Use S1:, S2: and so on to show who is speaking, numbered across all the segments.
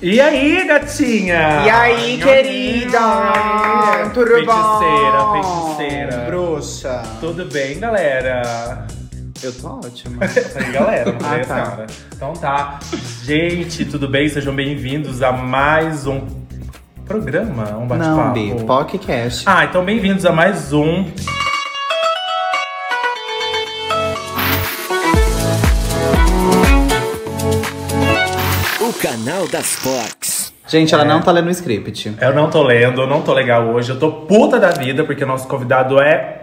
S1: E aí, gatinha?
S2: E aí,
S1: Nhoninha.
S2: querida? Tudo bom?
S1: Feiticeira, feiticeira.
S2: Bruxa.
S1: Tudo bem, galera?
S2: Eu tô ótima.
S1: Eu falei, galera, não
S2: Ah,
S1: falei a
S2: tá.
S1: senhora. Então tá. Gente, tudo bem? Sejam bem-vindos a mais um programa, um
S2: Não, Bi,
S1: bate-papo.
S2: podcast.
S1: Ah, então bem-vindos a mais um.
S3: O canal das Fox.
S2: Gente,
S1: É.
S2: ela não tá lendo o script.
S1: Eu não tô lendo, eu não tô legal hoje. Eu tô puta da vida, porque o nosso convidado é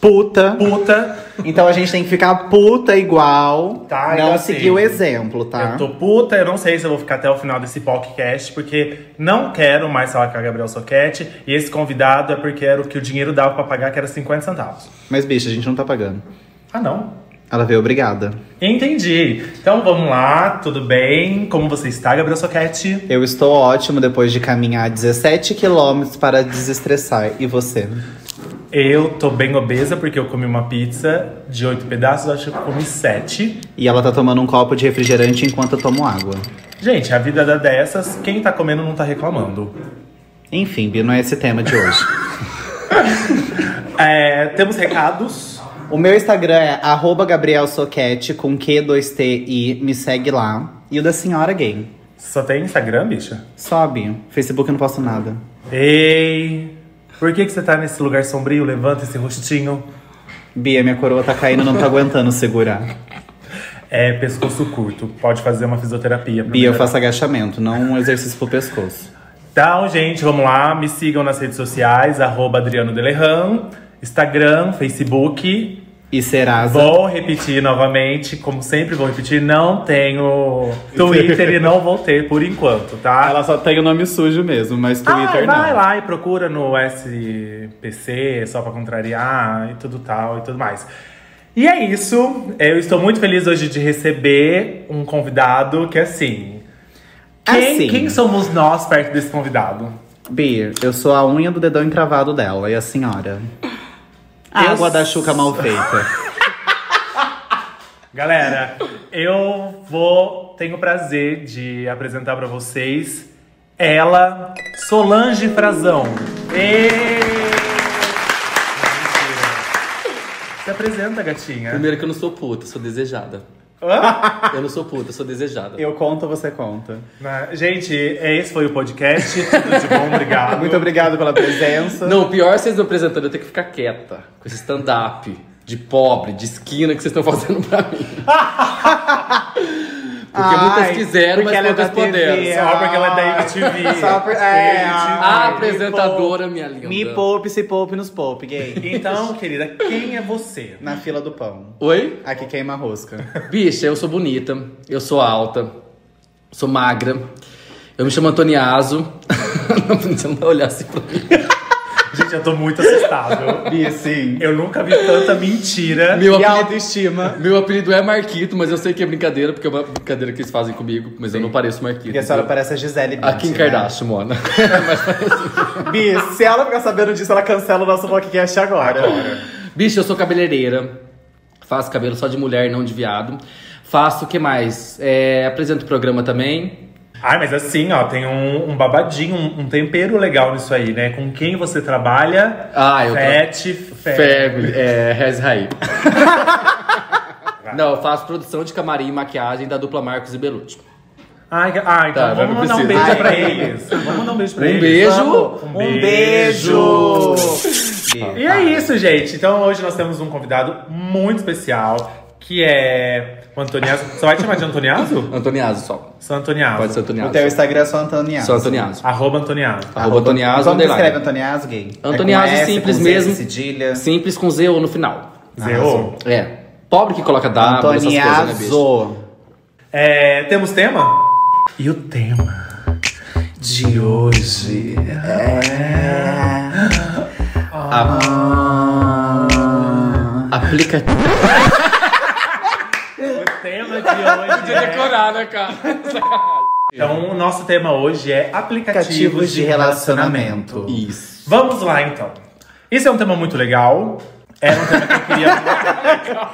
S2: Puta.
S1: puta.
S2: Então a gente tem que ficar puta igual.
S1: Tá, então
S2: não
S1: assim,
S2: seguir o exemplo, tá?
S1: Eu tô puta, eu não sei se eu vou ficar até o final desse podcast, porque não quero mais falar com a Gabriel Soquete. E esse convidado é porque era o que o dinheiro dava pra pagar, que era 50 centavos.
S2: Mas, bicho, a gente não tá pagando.
S1: Ah, não.
S2: Ela veio obrigada.
S1: Entendi. Então vamos lá, tudo bem? Como você está, Gabriel Soquete?
S2: Eu estou ótimo depois de caminhar 17 quilômetros para desestressar. E você?
S1: Eu tô bem obesa porque eu comi uma pizza de oito pedaços, acho que eu comi sete.
S2: E ela tá tomando um copo de refrigerante enquanto eu tomo água.
S1: Gente, a vida dá dessas, quem tá comendo não tá reclamando.
S2: Enfim, Bi, não é esse tema de hoje.
S1: É, temos recados.
S2: O meu Instagram é arroba Gabriel Soquete com Q2TI, me segue lá. E o da senhora gay.
S1: Só tem Instagram, bicha?
S2: Sobe. Facebook eu não posto nada.
S1: Ei! Por que, que você tá nesse lugar sombrio? Levanta esse rostinho.
S2: Bia, minha coroa tá caindo, não tô aguentando segurar.
S1: É pescoço curto. Pode fazer uma fisioterapia. pra
S2: Bia, eu
S1: melhorar.
S2: faço agachamento, não um exercício pro pescoço.
S1: Então, gente, vamos lá. Me sigam nas redes sociais, arroba Adriano Delerran, Instagram, Facebook.
S2: E Serasa.
S1: Vou repetir novamente, como sempre vou repetir, não tenho Twitter e não vou ter por enquanto, tá?
S2: Ela só tem o nome sujo mesmo, mas
S1: Ah,
S2: Twitter não.
S1: vai lá e procura no SPC, só pra contrariar e tudo tal e tudo mais. E é isso. Eu estou muito feliz hoje de receber um convidado que assim. Quem,
S2: Assim.
S1: quem somos nós perto desse convidado?
S2: Bia, eu sou a unha do dedão encravado dela, e a senhora?
S1: Eu
S2: Água da
S1: s-
S2: chuca mal feita.
S1: Galera, eu vou. Tenho o prazer de apresentar pra vocês ela, Solange Frazão. Ê! Se apresenta, gatinha.
S4: Primeiro que eu não sou puta, sou desejada. Eu não sou puta, sou desejada.
S2: Eu conto, você conta.
S1: Na- Gente, é, esse foi o podcast. Tudo de bom, obrigado.
S2: Muito obrigado pela presença.
S4: Não, o pior é vocês me apresentando, eu tenho que ficar quieta. Com esse stand-up de pobre, de esquina que vocês estão fazendo pra mim. Porque muitas quiseram,
S2: porque
S4: mas
S2: ela é
S4: poucas
S2: da TV.
S4: puderam.
S1: Só porque ela é da MTV.
S2: Ah. Só por- é,
S4: A
S2: Me
S4: apresentadora, minha linda.
S2: Me poupe, se poupe, nos poupe, gay.
S1: Então, querida, quem é você?
S2: Na
S4: Uhum.
S2: fila do pão.
S4: Oi?
S2: Aqui queima a rosca.
S4: Bicha, eu sou bonita, eu sou alta, sou magra. Eu me chamo Antoniazo. Não, você não vai olhar assim pra mim.
S1: Gente, eu tô muito assustado.
S2: Bia, sim.
S1: Eu nunca vi tanta mentira.
S4: Meu
S2: E a
S4: apelido
S2: autoestima.
S4: Meu apelido é Marquito, mas eu sei que é brincadeira, porque é uma brincadeira que eles fazem comigo, mas eu não pareço Marquito.
S2: Porque a senhora é parece a Gisele Bündchen,
S4: A Kim Kardashian, mona.
S2: Né? Bia, se ela ficar sabendo disso, ela cancela o nosso podcast agora.
S4: Bicho, eu sou cabeleireira. Faço cabelo só de mulher, não de viado. Faço o que mais? É, apresento o programa também.
S1: Ai, mas assim, ó, tem um, um babadinho, um, um tempero legal nisso aí, né? Com quem você trabalha?
S4: Ah, eu tra-
S1: Fete, fe...
S4: Family, é, Rez Raí. Não, eu faço produção de camarim e maquiagem da dupla Marcos e Belucci.
S1: Ai, que- ai, então
S4: Tá,
S1: vamos
S4: não
S1: mandar um
S4: precisa.
S1: beijo pra
S2: Ai.
S1: eles. Vamos mandar um beijo pra
S4: Um
S1: eles.
S4: beijo.
S1: Vamos.
S2: Um beijo! Bia,
S1: E é isso, gente. Então hoje nós temos um convidado muito especial, que é o Antoniazo. Só vai te chamar de Antoniazo?
S4: Antoniazo só.
S1: Sou Antoniazo.
S4: Pode ser
S2: O
S4: Antoniazo.
S2: teu Instagram é só Antoniazo.
S4: Só Antoniazo.
S1: Arroba Antoniazo.
S4: Arroba Antoniazo,
S2: Como que
S4: underline.
S2: escreve Antoniazo, gay?
S4: Antoniazo
S2: é com S,
S4: simples
S2: com Z,
S4: mesmo.
S2: Cedilha.
S4: Simples com Z ou no final.
S1: Zerou.
S4: É. Pobre que coloca W, essas coisas, né, bicho?
S2: Antoniazo.
S1: É, temos tema? E o tema de hoje
S4: É.
S1: é
S2: É.
S4: Aplica.
S1: O tema de hoje é...
S4: né, cara?
S1: Então, o nosso tema hoje é aplicativos
S2: Aplicativos de relacionamento.
S4: Isso.
S1: Vamos lá, então. Isso é um tema muito legal. Era um tema que eu queria.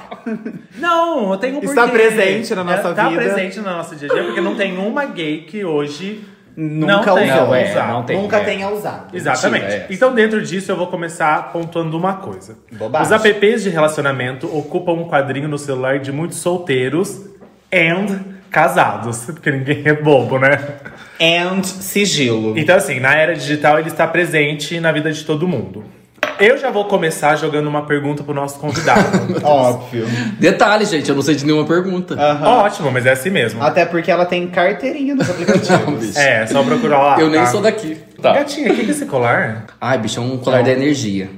S1: não, eu tenho um
S2: Está
S1: porquê.
S2: presente na nossa
S1: Ela Está
S2: vida.
S1: presente no nosso dia a dia, porque não tem uma gay que hoje.
S2: Nunca
S1: não tem
S2: usou.
S1: como
S4: é,
S1: usar.
S4: não tem.
S2: Nunca
S4: é.
S2: tenha usado.
S1: Exatamente.
S4: Mentira, é.
S1: Então, dentro disso, eu vou começar pontuando uma coisa.
S2: Bobagem.
S1: Os apps de relacionamento ocupam um quadrinho no celular de muitos solteiros and casados. Porque ninguém é bobo, né?
S2: And sigilo.
S1: Então, assim, na era digital ele está presente na vida de todo mundo. Eu já vou começar jogando uma pergunta pro nosso convidado.
S2: Óbvio.
S4: Detalhe, gente, eu não sei de nenhuma pergunta.
S1: Ótimo, mas é assim mesmo.
S2: Até porque ela tem carteirinha dos aplicativos.
S1: É, só procurar lá.
S4: eu nem
S1: tá?
S4: sou daqui.
S1: Gatinha, o que que é esse colar?
S4: Ai, bicho, é um colar da energia.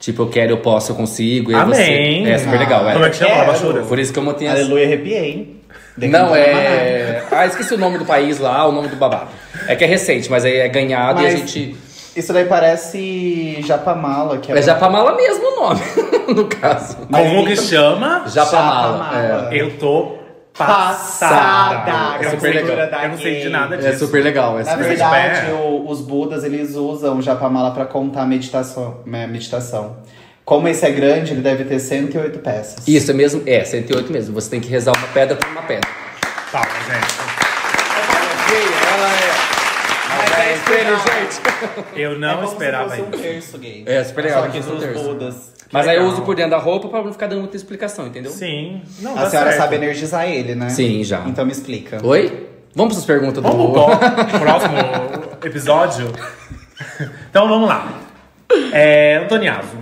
S4: Tipo, eu quero, eu posso, eu consigo. E aí
S1: Amém.
S4: Você... É super legal,
S1: Como é
S4: é.
S1: que chama?
S2: Quero.
S1: Abaixura?
S4: Por isso que eu mantenho as-
S2: Aleluia, arrepiei. hein?
S4: Não,
S2: Decantando a maná.
S4: é. Ah, esqueci o nome do país lá, o nome do babado. É que é recente, mas aí é ganhado e a
S2: Mas-
S4: gente.
S2: Isso daí parece Japamala, que é.
S4: É Japamala mesmo o nome, no caso.
S2: Mas
S1: Como que
S2: então-
S1: chama?
S4: Japamala. é.
S2: Japamala.
S1: Eu tô
S2: Passada. É
S1: passada. Eu, não
S4: Super
S1: sei,
S2: legal.
S1: eu não sei de
S4: É,
S1: nada disso.
S4: é super legal. É
S2: Na
S4: super...
S1: Mas
S2: verdade,
S1: espera.
S2: o- os Budas eles usam o Japamala pra contar meditação, né, meditação. Como esse é grande, ele deve ter 108 peças.
S4: Isso é mesmo? É, 108 mesmo. Você tem que rezar uma pedra por uma pedra.
S1: Palma, gente.
S2: é
S1: Eu não esperava
S2: um
S1: isso.
S2: terço gay.
S4: É, super legal,
S2: Só que
S4: mas
S2: dos
S4: um terço.
S2: Budas.
S4: Mas aí eu
S1: legal.
S4: uso por dentro da roupa pra não ficar dando muita explicação, entendeu?
S1: Sim. Não,
S2: A
S1: dá
S2: senhora
S1: certo.
S2: sabe energizar ele, né?
S4: Sim, já.
S2: Então me explica.
S4: Oi? Vamos para as perguntas do
S1: Vamos pro próximo episódio? Então vamos lá. É, Antoniazo,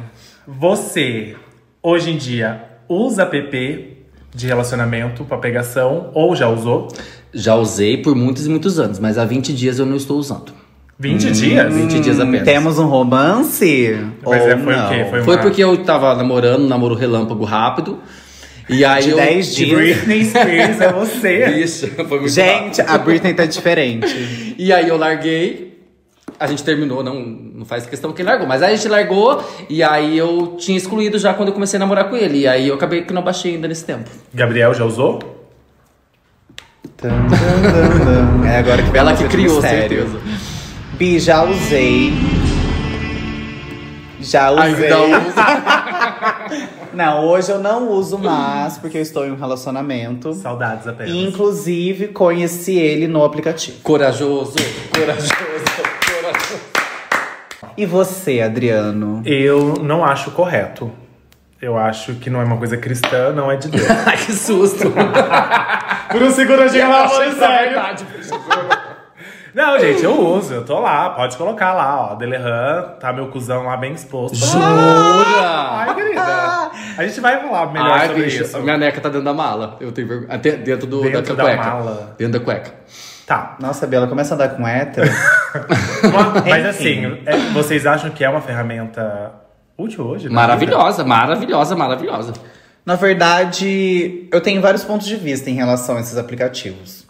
S1: você hoje em dia usa app de relacionamento pra pegação ou já usou?
S4: Já usei por muitos e muitos anos, mas há 20 dias eu não estou usando.
S1: 20
S2: Hum,
S1: dias? Hum.
S4: 20 dias apenas.
S2: Temos um romance?
S1: Mas
S2: Ou
S1: é, foi
S2: não?
S1: o quê? Foi,
S4: Foi
S1: uma-
S4: porque eu tava namorando, um namoro relâmpago rápido. E aí
S2: De
S4: eu.
S2: 10
S1: De
S2: dias.
S1: Britney Spears é você.
S4: Isso, foi muito
S2: Gente,
S4: rápido.
S2: a Britney tá diferente.
S4: E aí eu larguei. A gente terminou, não, não faz questão quem largou, mas aí a gente largou e aí eu tinha excluído já quando eu comecei a namorar com ele. E aí eu acabei que não baixei ainda nesse tempo.
S1: Gabriel já usou?
S2: Tan, tan, tan, tan. é agora que vem a
S4: Ela
S2: música
S4: que
S2: de
S4: criou,
S2: mistério.
S4: certeza.
S2: Bi, já usei. Já usei.
S4: Ainda usa.
S2: Não, hoje eu não uso mais, porque eu estou em um relacionamento.
S1: Saudades apenas.
S2: Inclusive, conheci ele no aplicativo.
S4: Corajoso, corajoso, corajoso.
S2: E você, Adriano?
S1: Eu não acho correto. Eu acho que não é uma coisa cristã, não é de Deus.
S4: Ai, que susto.
S1: Por um segundo eu achei que ela
S4: Achei
S1: falando
S4: isso na
S1: sério.
S4: verdade.
S1: Não, gente, eu uso, eu tô lá, pode colocar lá, ó. Delehan, tá meu cuzão lá bem exposto. Ah!
S4: Jura?
S1: Ai, querida. A gente vai falar melhor
S4: Ai,
S1: sobre
S4: Ah, bicho,
S1: isso.
S4: minha neca tá dentro da mala. Eu tenho vergonha. Até Dentro, do,
S1: Dentro da
S4: cueca.
S1: mala.
S4: Dentro da cueca.
S1: Tá.
S2: Nossa, Bela, começa a andar com hétero.
S1: Uma- Mas assim,
S2: Enfim.
S1: é, vocês acham que é uma ferramenta útil hoje? né?
S4: Maravilhosa, maravilhosa, maravilhosa.
S2: Na verdade, eu tenho vários pontos de vista em relação a esses aplicativos.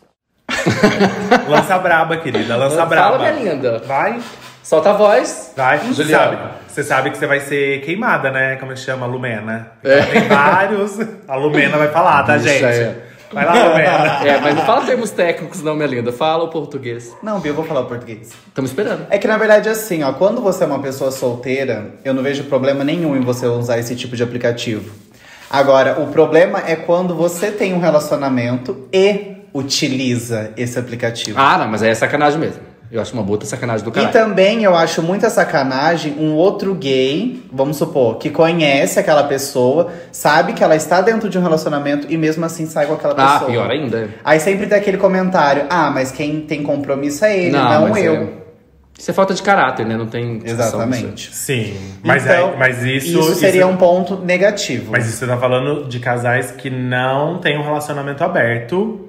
S1: Lança braba, querida, lança
S4: Fala,
S1: braba.
S4: minha linda.
S1: Vai,
S4: Solta a voz.
S1: vai. Você
S4: Juliana.
S1: sabe, você sabe que você vai ser queimada, né? Como é que chama? Lumena. Tem vários. A Lumena vai falar, tá,
S4: Bicha,
S1: gente?
S4: é.
S1: Vai lá, Lumena.
S4: É, mas não fala termos técnicos, não, minha linda. Fala o português.
S2: Não, Bi, eu vou falar o português.
S4: Estamos esperando.
S2: É que na verdade é assim, ó, quando você é uma pessoa solteira, eu não vejo problema nenhum em você usar esse tipo de aplicativo. Agora, o problema é quando você tem um relacionamento e utiliza esse aplicativo.
S4: Ah, não, mas aí é sacanagem mesmo. Eu acho uma bota sacanagem do
S2: E
S1: Então,
S4: caralho.
S2: também eu acho muita sacanagem um outro gay, vamos supor, que conhece aquela pessoa, sabe que ela está dentro de um relacionamento e mesmo assim sai com aquela
S4: ah,
S2: pessoa.
S4: pior ainda.
S2: Aí sempre tem aquele comentário: ah, mas quem tem compromisso é ele, não,
S4: mas
S2: eu.
S4: É... Isso é falta de caráter, né? Não tem. discussão disso.
S2: Exatamente.
S1: Sim, mas,
S2: Então,
S1: é, mas isso. é-
S2: Isso seria um ponto negativo.
S1: Mas isso você tá falando de casais que não têm um relacionamento aberto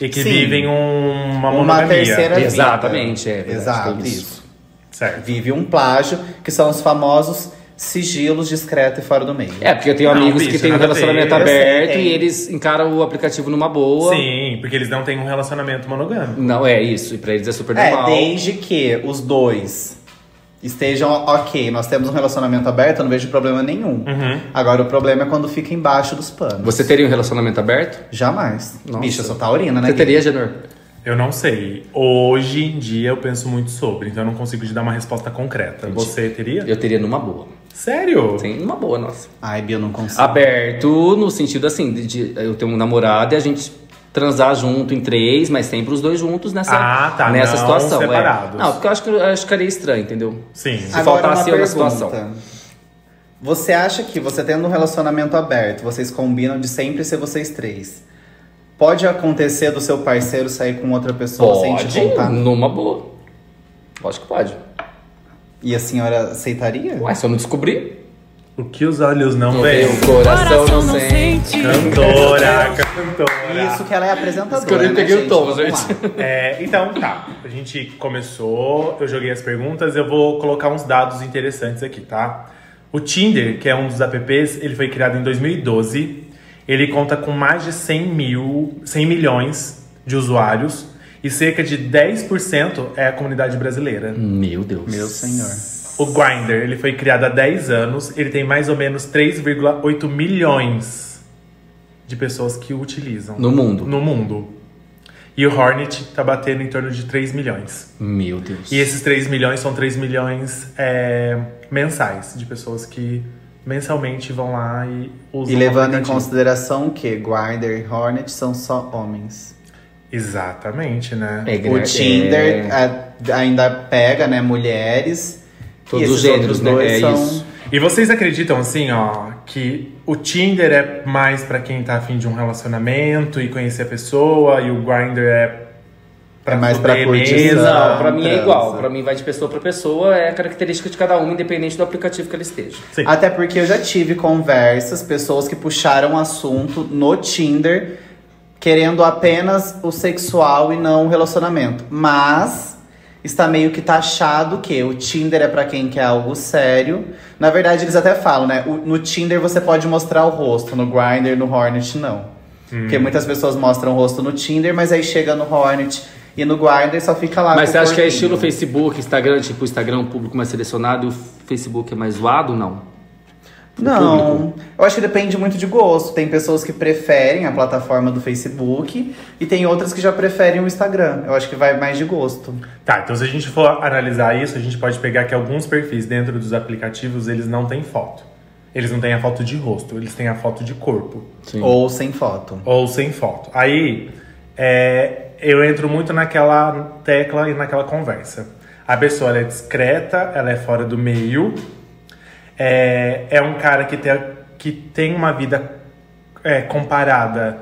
S1: e que
S2: Sim.
S1: vivem um- uma
S2: Uma
S1: monogamia.
S2: terceira- vida.
S4: Exatamente, é. Verdade,
S2: Exato,
S4: tem
S2: isso.
S1: Certo.
S2: Vive um plágio, que são os famosos sigilos discreto e fora do meio.
S4: É, porque eu tenho
S1: Não,
S4: amigos
S1: bicho,
S4: que têm um
S1: nada a ver.
S4: relacionamento
S1: Eu é.
S2: sei,
S4: aberto
S2: tem.
S4: e eles encaram o aplicativo numa boa.
S1: Sim, porque eles não têm um relacionamento monogâmico.
S4: Não, é isso. E pra eles é super
S2: É,
S4: normal.
S2: desde que os dois estejam ok, nós temos um relacionamento aberto, eu não vejo problema nenhum.
S1: Uhum.
S2: Agora, o problema é quando fica embaixo dos panos.
S4: Hum. Você teria um relacionamento aberto?
S2: Jamais.
S4: Nossa.
S2: Bicha, eu sou taurina, né?
S4: Você
S2: gay?
S4: teria, Genor?
S1: Eu não sei. Hoje em dia eu penso muito sobre, então eu não consigo te dar uma resposta concreta. Você teria?
S4: Eu teria numa boa.
S1: Sério?
S4: Sim, uma boa, nossa.
S2: Ai, Bia, eu não consigo.
S4: Aberto no sentido assim, de, de eu ter um namorado e a gente transar junto em três, mas sempre os dois juntos nessa,
S1: Ah, tá,
S4: nessa
S1: não
S4: situação. é.
S1: separados.
S4: Não, porque eu acho que eu acho que ficaria estranho, entendeu?
S1: Sim.
S4: Ah, faltasse eu na situação.
S2: Você acha que você tendo um relacionamento aberto, vocês combinam de sempre ser vocês três? Pode acontecer do seu parceiro sair com outra pessoa sem te
S4: Pode,
S2: contar?
S4: numa boa. Lógico que pode.
S2: E a senhora aceitaria?
S4: Ué, se eu não descobrir,
S1: O que os olhos não
S4: não
S1: veem?
S4: tem, o coração, não sente.
S1: Cantora, cantora.
S2: Isso que ela é apresentadora.
S4: Escolhi,
S2: né,
S4: peguei o
S2: gente?
S4: tom,
S2: Vamos
S4: gente.
S2: lá.
S1: É, então tá, a gente começou, eu joguei as perguntas, eu vou colocar uns dados interessantes aqui, tá? O Tinder, que é um dos apps, ele foi criado em 2012. Ele conta com mais de 100, mil, 100 milhões de usuários e cerca de 10% é a comunidade brasileira.
S4: Meu Deus.
S2: Meu senhor.
S1: O Grindr, ele foi criado há 10 anos, ele tem mais ou menos 3,8 milhões de pessoas que o utilizam
S4: No mundo.
S1: no mundo. E o Hornet tá batendo em torno de 3 milhões.
S4: Meu Deus.
S1: E esses 3 milhões são 3 milhões é, mensais de pessoas que mensalmente vão lá e usam.
S2: E
S1: o
S2: levando em
S1: aplicativo.
S2: consideração que Grindr e Hornet são só homens.
S1: Exatamente, né?
S4: É,
S2: O
S4: é-
S2: Tinder a- ainda pega, né, mulheres.
S4: Todos
S2: E esses
S4: os gêneros,
S2: outros
S4: né?
S2: dois
S4: É
S2: são-
S4: isso.
S1: E vocês acreditam assim, ó, que o Tinder é mais pra quem tá afim de um relacionamento e conhecer a pessoa, e o Grindr é
S2: É mais pra
S1: fuder
S2: curtição.
S1: mesmo?
S4: Não, pra mim é
S2: transa.
S4: igual. Pra mim vai de pessoa pra pessoa, é a característica de cada um, independente do aplicativo que ela esteja.
S1: Sim.
S2: Até porque eu já tive conversas, pessoas que puxaram assunto no Tinder, querendo apenas o sexual e não o relacionamento. Mas está meio que taxado que o Tinder é pra quem quer algo sério. Na verdade, eles até falam, né? o- No Tinder você pode mostrar o rosto, no Grindr, no Hornet, não.
S4: Hum.
S2: Porque muitas pessoas mostram o rosto no Tinder, mas aí chega no Hornet e no Grindr só fica lá.
S4: Mas
S2: com
S4: você
S2: o
S4: acha que é
S2: corpinho.
S4: estilo Facebook, Instagram, tipo, o Instagram é um público mais selecionado e o Facebook é mais zoado? Não.
S2: Não,
S4: público?
S2: eu acho que depende muito de gosto. Tem pessoas que preferem a plataforma do Facebook e tem outras que já preferem o Instagram. Eu acho que vai mais de gosto.
S1: Tá, então se a gente for analisar isso, a gente pode pegar que alguns perfis dentro dos aplicativos, eles não têm foto. Eles não têm a foto de rosto, eles têm a foto de corpo.
S4: Sim.
S2: Ou sem foto.
S1: Ou sem foto. Aí é, eu entro muito naquela tecla e naquela conversa. A pessoa ela é discreta, ela é fora do meio, é, é um cara que tem, que tem uma vida é, comparada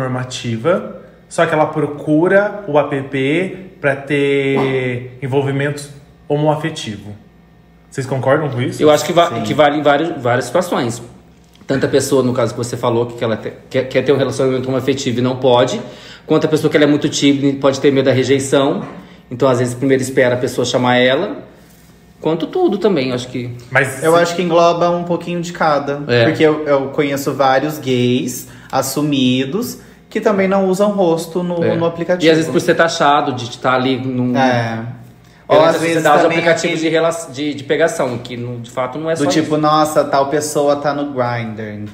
S1: heteronormativa, só que ela procura o app pra ter envolvimento homoafetivo. Vocês concordam com isso?
S4: Eu acho que, va que vale em vários, várias situações. Tanto a pessoa, no caso que você falou, que ela te- quer, quer ter um relacionamento homoafetivo e não pode, quanto a pessoa que ela é muito tímida e pode ter medo da rejeição. Então, às vezes, primeiro espera a pessoa chamar ela. Quanto tudo também, acho que.
S1: Mas
S2: Eu acho que engloba um pouquinho de cada.
S4: É.
S2: Porque eu, eu conheço vários gays assumidos que também não usam rosto no,
S4: É.
S2: no aplicativo.
S4: E às vezes por ser taxado, de estar ali num.
S2: É. Ou
S4: Ou
S2: às vezes
S4: os
S2: também aquele-
S4: aplicativos de, rela- de, de pegação, que não- de fato não é
S2: Do
S4: só
S2: tipo, nossa, tal pessoa tá no Grindr.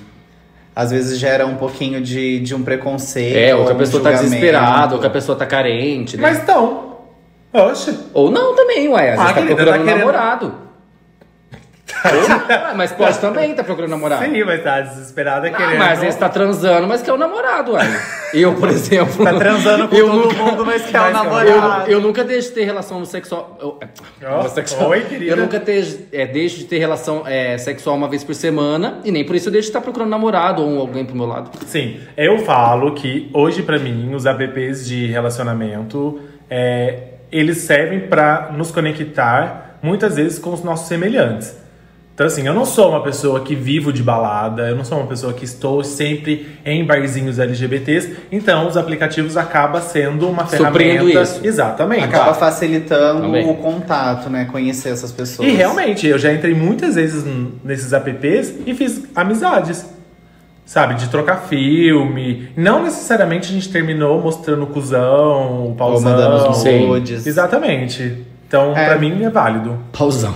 S2: Às vezes gera um pouquinho de, de um preconceito.
S4: isso. É, ou que a
S2: um
S4: pessoa tá
S2: julgamento.
S4: desesperada, ou que a pessoa tá carente, né?
S1: Mas então. Oxe.
S4: Ou não também, ué. Às
S1: Ah,
S4: vezes tá
S1: querida,
S4: procurando
S1: tá
S4: um
S1: querendo-
S4: namorado. Ou- Ah, mas pode também tá procurando namorado.
S1: Sim, mas tá desesperada
S4: Ah,
S1: querendo.
S4: mas às vezes tá transando, mas quer o namorado, ué. Eu, por exemplo.
S2: Tá transando com
S4: eu
S2: todo
S4: nunca-
S2: mundo, mas quer um
S1: Mas eu-
S2: namorado.
S4: Eu nunca deixo de ter relação sexual. Eu,
S1: Ó,
S4: homossexual.
S1: oi, querida.
S4: Eu nunca te- é, deixo de ter relação é, sexual uma vez por semana e nem por isso eu deixo de estar procurando namorado ou alguém pro meu lado.
S1: Sim, eu falo que hoje pra mim os apps de relacionamento é, eles servem pra nos conectar muitas vezes com os nossos semelhantes. Então assim, eu não sou uma pessoa que vivo de balada, eu não sou uma pessoa que estou sempre em barzinhos LGBTs, então os aplicativos acabam sendo uma
S4: Suprindo
S1: ferramenta.
S4: isso.
S1: Exatamente.
S2: Acaba facilitando
S4: Também.
S2: o contato, né? Conhecer essas pessoas.
S1: E realmente, eu já entrei muitas vezes n- nesses apps e fiz amizades. Sabe, de trocar filme. Não necessariamente a gente terminou mostrando o cuzão, o
S2: Ou
S1: pauzão.
S2: mandando os
S4: Sim.
S2: nudes.
S1: Exatamente. Então,
S2: É.
S1: pra mim, é válido.
S4: Pausão.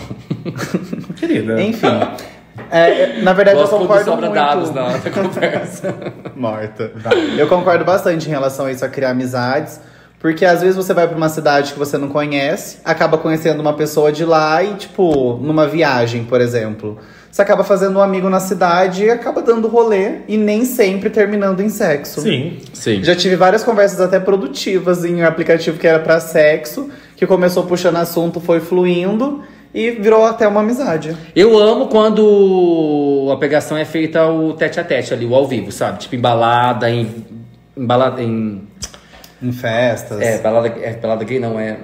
S1: Querida.
S2: Enfim. É, na verdade,
S4: Gosto
S2: eu
S4: quando
S2: concordo
S4: sobra
S2: muito.
S4: dados na, na conversa.
S1: É
S2: Morta. Eu concordo bastante em relação a isso, a criar amizades. Porque às vezes você vai pra uma cidade que você não conhece, acaba conhecendo uma pessoa de lá e, tipo, numa viagem, por exemplo. Você acaba fazendo um amigo na cidade e acaba dando rolê e nem sempre terminando em sexo.
S1: Sim.
S4: Sim.
S2: Já tive várias conversas até produtivas em um aplicativo que era pra sexo, que começou puxando assunto, foi fluindo e virou até uma amizade.
S4: Eu amo quando a pegação é feita o tete a tete ali, o ao vivo, sabe? Tipo, embalada, em. Embalada em.
S2: Em festas.
S4: É, balada, é, balada gay não, é.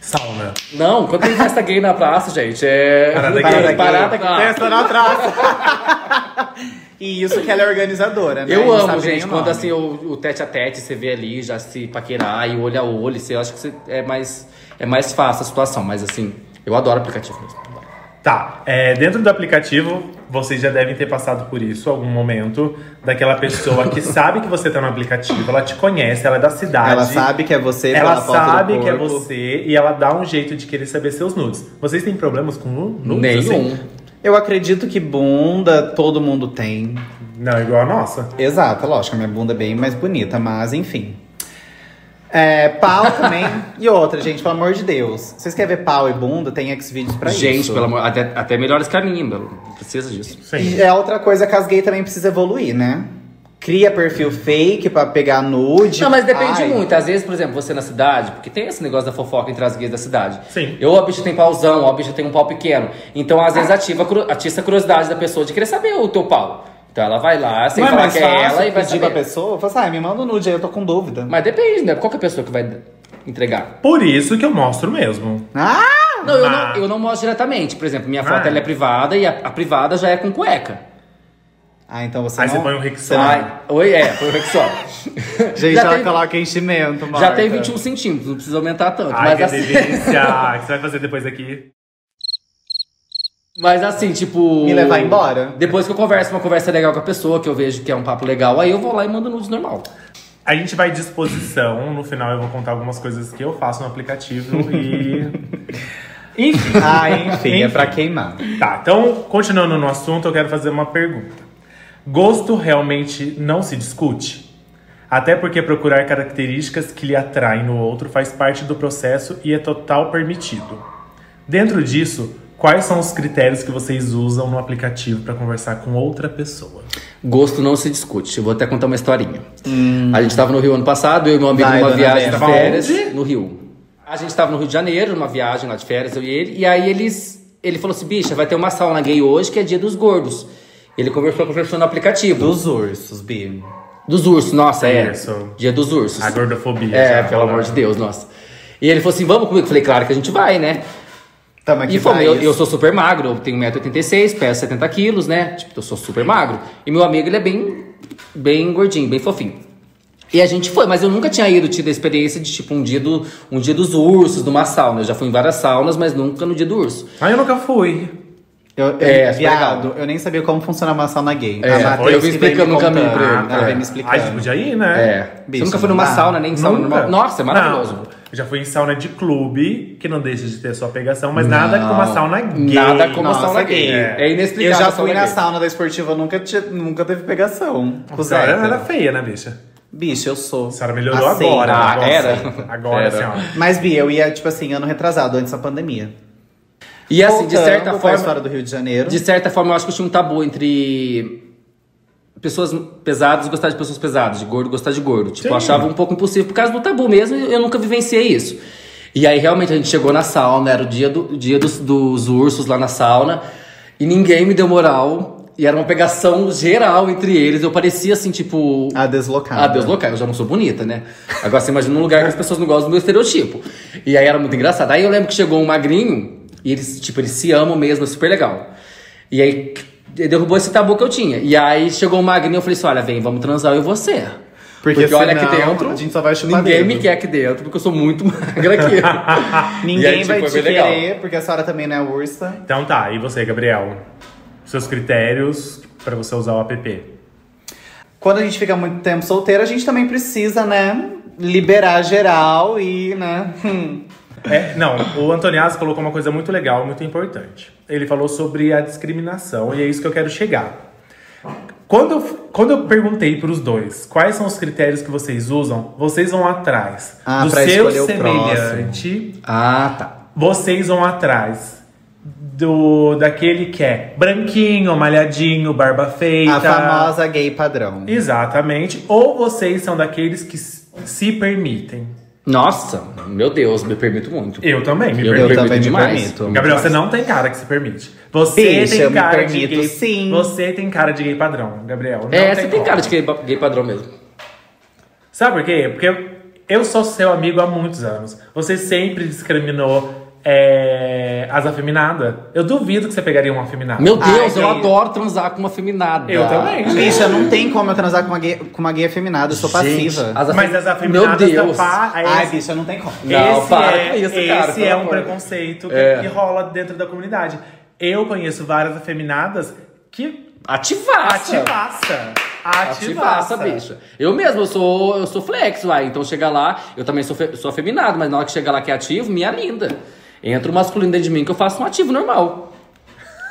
S1: Sauna.
S4: Não, quando tem festa gay na praça, gente, é.
S1: Parada
S4: parada
S1: gay.
S4: Parada gay. Ah,
S2: Festa na traça. e isso que ela é organizadora, né?
S4: Eu
S2: Não
S4: amo,
S2: sabe nem
S4: gente,
S2: o
S4: quando
S2: nome.
S4: assim o, o tete a tete, você vê ali, já se paquerar e o olho a olho, você acha que você- é, mais, é mais fácil a situação, mas assim, eu adoro aplicativo mesmo.
S1: Tá, é, dentro do aplicativo, vocês já devem ter passado por isso em algum momento. Daquela pessoa que sabe que você tá no aplicativo, ela te conhece, ela é da cidade.
S2: Ela sabe que é você,
S1: Ela
S2: pela foto do
S1: sabe que é
S2: corpo.
S1: você e ela dá um jeito de querer saber seus nudes. Vocês têm problemas com nu- nudes?
S4: Nenhum.
S1: assim?
S2: Eu acredito que bunda todo mundo tem.
S1: Não, igual a nossa.
S2: Exato, lógico, a minha bunda é bem mais bonita, mas enfim. É, pau também. e outra, gente, pelo amor de Deus. Vocês querem ver pau e bunda? Tem Xvideos pra
S4: gente,
S2: isso.
S4: pelo amor, até, até melhores caminhos, meu, não precisa disso.
S1: Sim.
S2: E é outra coisa que as gays também precisam evoluir, né? Cria perfil fake pra pegar nude.
S4: Não, mas depende
S2: Ai,
S4: muito. Às vezes, por exemplo, você na cidade, porque tem esse negócio da fofoca entre as gays da cidade.
S1: Sim.
S4: Eu, a bicha tem pauzão, a bicha tem um pau pequeno. Então, às vezes, ativa, a cru- atiça a curiosidade da pessoa de querer saber o teu pau. Então, ela vai lá, sem
S2: Não é
S4: falar
S2: mais
S4: que
S2: fácil
S4: é ela, e vai
S2: pedir pra
S4: saber.
S2: pessoa? Fala assim, ah, me manda um nude aí, eu tô com dúvida.
S4: Mas depende, né? Qual que é a pessoa que vai entregar?
S1: Por isso que eu mostro mesmo.
S2: Ah!
S4: Não, eu não,
S1: Mas-
S4: eu não mostro diretamente. Por exemplo, minha foto
S1: Ah.
S4: ela é privada e a, a privada já é com cueca.
S2: Ah, então você
S1: Aí
S2: não...
S1: você põe um Rexona.
S2: não-
S4: Ai, oi, é, foi o Rexona.
S2: Gente,
S4: já
S2: ela
S4: tem,
S2: coloca enchimento, Marta.
S4: já tem 21 centímetros, não precisa aumentar tanto.
S1: Ai,
S4: mas
S1: que
S4: assim-
S2: um
S1: delícia! O que você vai fazer depois aqui?
S4: Mas assim, tipo.
S2: Me levar embora?
S4: Depois que eu converso uma conversa legal com a pessoa, que eu vejo que é um papo legal, aí eu vou lá e mando nudes normal.
S1: A gente vai de exposição. No final eu vou contar algumas coisas que eu faço no aplicativo e. Enfim.
S2: Ah, enfim, é pra queimar.
S1: Tá, então, continuando no assunto, eu quero fazer uma pergunta. Gosto realmente não se discute? Até porque procurar características que lhe atraem no outro faz parte do processo e é total permitido. Dentro disso, quais são os critérios que vocês usam no aplicativo para conversar com outra pessoa?
S4: Gosto não se discute. Eu vou até contar uma historinha. A gente tava no Rio ano passado, eu e meu amigo
S2: Hum. Vai,
S4: numa
S2: dona
S4: viagem
S2: Vera.
S4: de
S1: Tava
S4: férias
S1: onde?
S4: no Rio. A gente tava no Rio de Janeiro, numa viagem lá de férias, eu e ele, e aí eles. Ele falou assim: bicha, vai ter uma sauna gay hoje que é dia dos gordos. Ele conversou com a pessoa no aplicativo.
S2: Dos ursos, Bi.
S4: Dos ursos, nossa, é.
S1: Urso.
S4: Dia dos ursos.
S1: A gordofobia.
S4: É,
S1: já
S4: pelo amor de Deus, nossa. E ele falou assim: vamos comigo? Eu falei, claro que a gente vai, né?
S2: Tamo aqui
S4: E fomos,
S2: pra
S4: eu,
S2: tá isso.
S4: eu sou super magro, eu tenho 1,86m, peso 70 quilos, né? Tipo, eu sou super magro. E meu amigo, ele é bem, bem gordinho, bem fofinho. E a gente foi, mas eu nunca tinha ido, tido a experiência de tipo um dia, do, um dia dos ursos, numa sauna. Eu já fui em várias saunas, mas nunca no dia do urso.
S1: Ah, eu nunca fui.
S2: Eu, eu,
S4: É,
S2: viado, eu nem sabia como funciona uma sauna gay.
S4: É,
S2: a Matheus
S4: eu vim
S2: que veio me
S4: explicando o caminho
S2: contando,
S4: pra ele.
S2: Ela
S4: É.
S2: veio me
S1: Ai, você
S2: explicando.
S1: Ah, podia ir, né?
S4: É.
S2: Bicho,
S4: Você nunca foi numa
S2: não dá.
S4: sauna, nem em sauna
S1: Nunca.
S4: normal? Nossa, é maravilhoso.
S1: Não, eu já fui em sauna de clube, que não deixa de ter sua pegação, mas nada como a sauna gay.
S4: Nada como
S2: Nossa,
S4: a sauna tipo, gay.
S2: gay.
S4: É,
S2: Eu
S4: inexplicável. a
S2: já
S4: sauna
S2: fui na
S4: gay.
S2: sauna da esportiva, nunca, ti- nunca teve pegação. Com
S1: A
S2: o
S1: senhora
S2: Zé.
S1: era feia, né, bicha?
S2: Bicho, eu sou.
S1: A senhora melhorou
S2: Aceita.
S1: agora. né?
S4: Ah,
S1: agora
S4: era?
S1: aceita. Agora,
S4: Era.
S1: assim, ó.
S2: Mas, Bi, eu ia, tipo assim, ano retrasado, antes da pandemia.
S4: E assim, de
S2: Voltando
S4: certa
S2: pra
S4: forma.
S2: história do Rio de Janeiro.
S4: De certa forma, eu acho que tinha um tabu entre pessoas pesadas gostar de pessoas pesadas, de gordo gostar de gordo. Tipo, eu achava um pouco impossível por causa do tabu mesmo, e eu nunca vivenciei isso. E aí, realmente, a gente chegou na sauna, era o dia, do, dia dos, dos ursos lá na sauna, e ninguém me deu moral, e era uma pegação geral entre eles. Eu parecia assim, tipo.
S2: A deslocada.
S4: Ah, Deus local, eu já não sou bonita, né? Agora você imagina um lugar que as pessoas não gostam do meu estereotipo. E aí era muito engraçado. Aí eu lembro que chegou um magrinho, e eles, tipo, eles se amam mesmo, é super legal. E aí ele derrubou esse tabu que eu tinha. E aí chegou um magrinho, eu falei assim: olha, vem, vamos transar eu e você.
S2: Porque
S4: olha aqui
S2: senão,
S4: dentro.
S2: a gente só vai chupar
S4: Ninguém
S2: dedo.
S4: me quer aqui dentro, porque eu sou muito magra aqui.
S2: Ninguém
S4: E aí, tipo,
S2: vai
S4: foi
S2: te
S4: bem
S2: querer,
S4: legal.
S2: porque a senhora também não é ursa.
S1: Então tá, e você, Gabriel? Seus critérios pra você usar o app.
S2: Quando a gente fica muito tempo solteiro, a gente também precisa, né? Liberar geral e, né? hum.
S1: É, não, o Antoniazzi colocou uma coisa muito é legal, muito importante. Ele falou sobre a discriminação, e é isso que eu quero chegar. Quando eu, quando eu perguntei pros dois quais são os critérios que vocês usam, vocês vão atrás
S2: Ah,
S1: do
S2: pra
S1: seu
S2: escolher o
S1: semelhante,
S4: Ah, tá.
S1: vocês vão atrás do daquele que é branquinho, malhadinho, barba feita.
S2: A famosa gay padrão.
S1: Exatamente. Ou vocês são daqueles que s- se permitem.
S4: Nossa, meu Deus, me permito muito.
S1: Eu também me
S4: Eu
S1: permito.
S2: também me
S4: demais.
S2: permito.
S1: Gabriel, você não tem cara que se permite. Você
S2: Bicha, eu
S1: tem
S2: me
S1: cara de
S2: permito,
S1: gay.
S2: sim.
S1: Você tem cara de gay padrão, Gabriel. Não
S4: É, você tem
S1: como.
S4: cara de gay pa- gay padrão mesmo.
S1: Sabe por quê? Porque eu- eu sou seu amigo há muitos anos. Você sempre discriminou é, as afeminadas. Eu duvido que você pegaria uma afeminada.
S4: Meu Deus,
S2: Ai,
S4: eu
S2: gay.
S4: adoro transar com uma feminada.
S1: Ah, Eu também.
S2: Bicha, não tem como eu transar com uma gay, com uma gay afeminada, eu sou passiva.
S1: Mas as
S4: Meu
S1: afeminadas
S4: Deus.
S1: tapar.
S2: Ai, bicha, não tem como.
S4: Não,
S1: esse
S4: para
S1: é,
S4: com isso, cara,
S1: esse
S4: pelo
S1: é um
S4: amor.
S1: preconceito que,
S4: É.
S1: que rola dentro da comunidade. Eu conheço várias afeminadas que
S4: Ativaça.
S1: ativaça.
S4: Ativaça, bicha. Eu mesmo, eu sou, eu sou flex, uai. Então chega lá, eu também sou, fe- sou afeminado, mas na hora que chega lá que é ativo, minha linda. Entra o masculino dentro de mim que eu faço um ativo normal.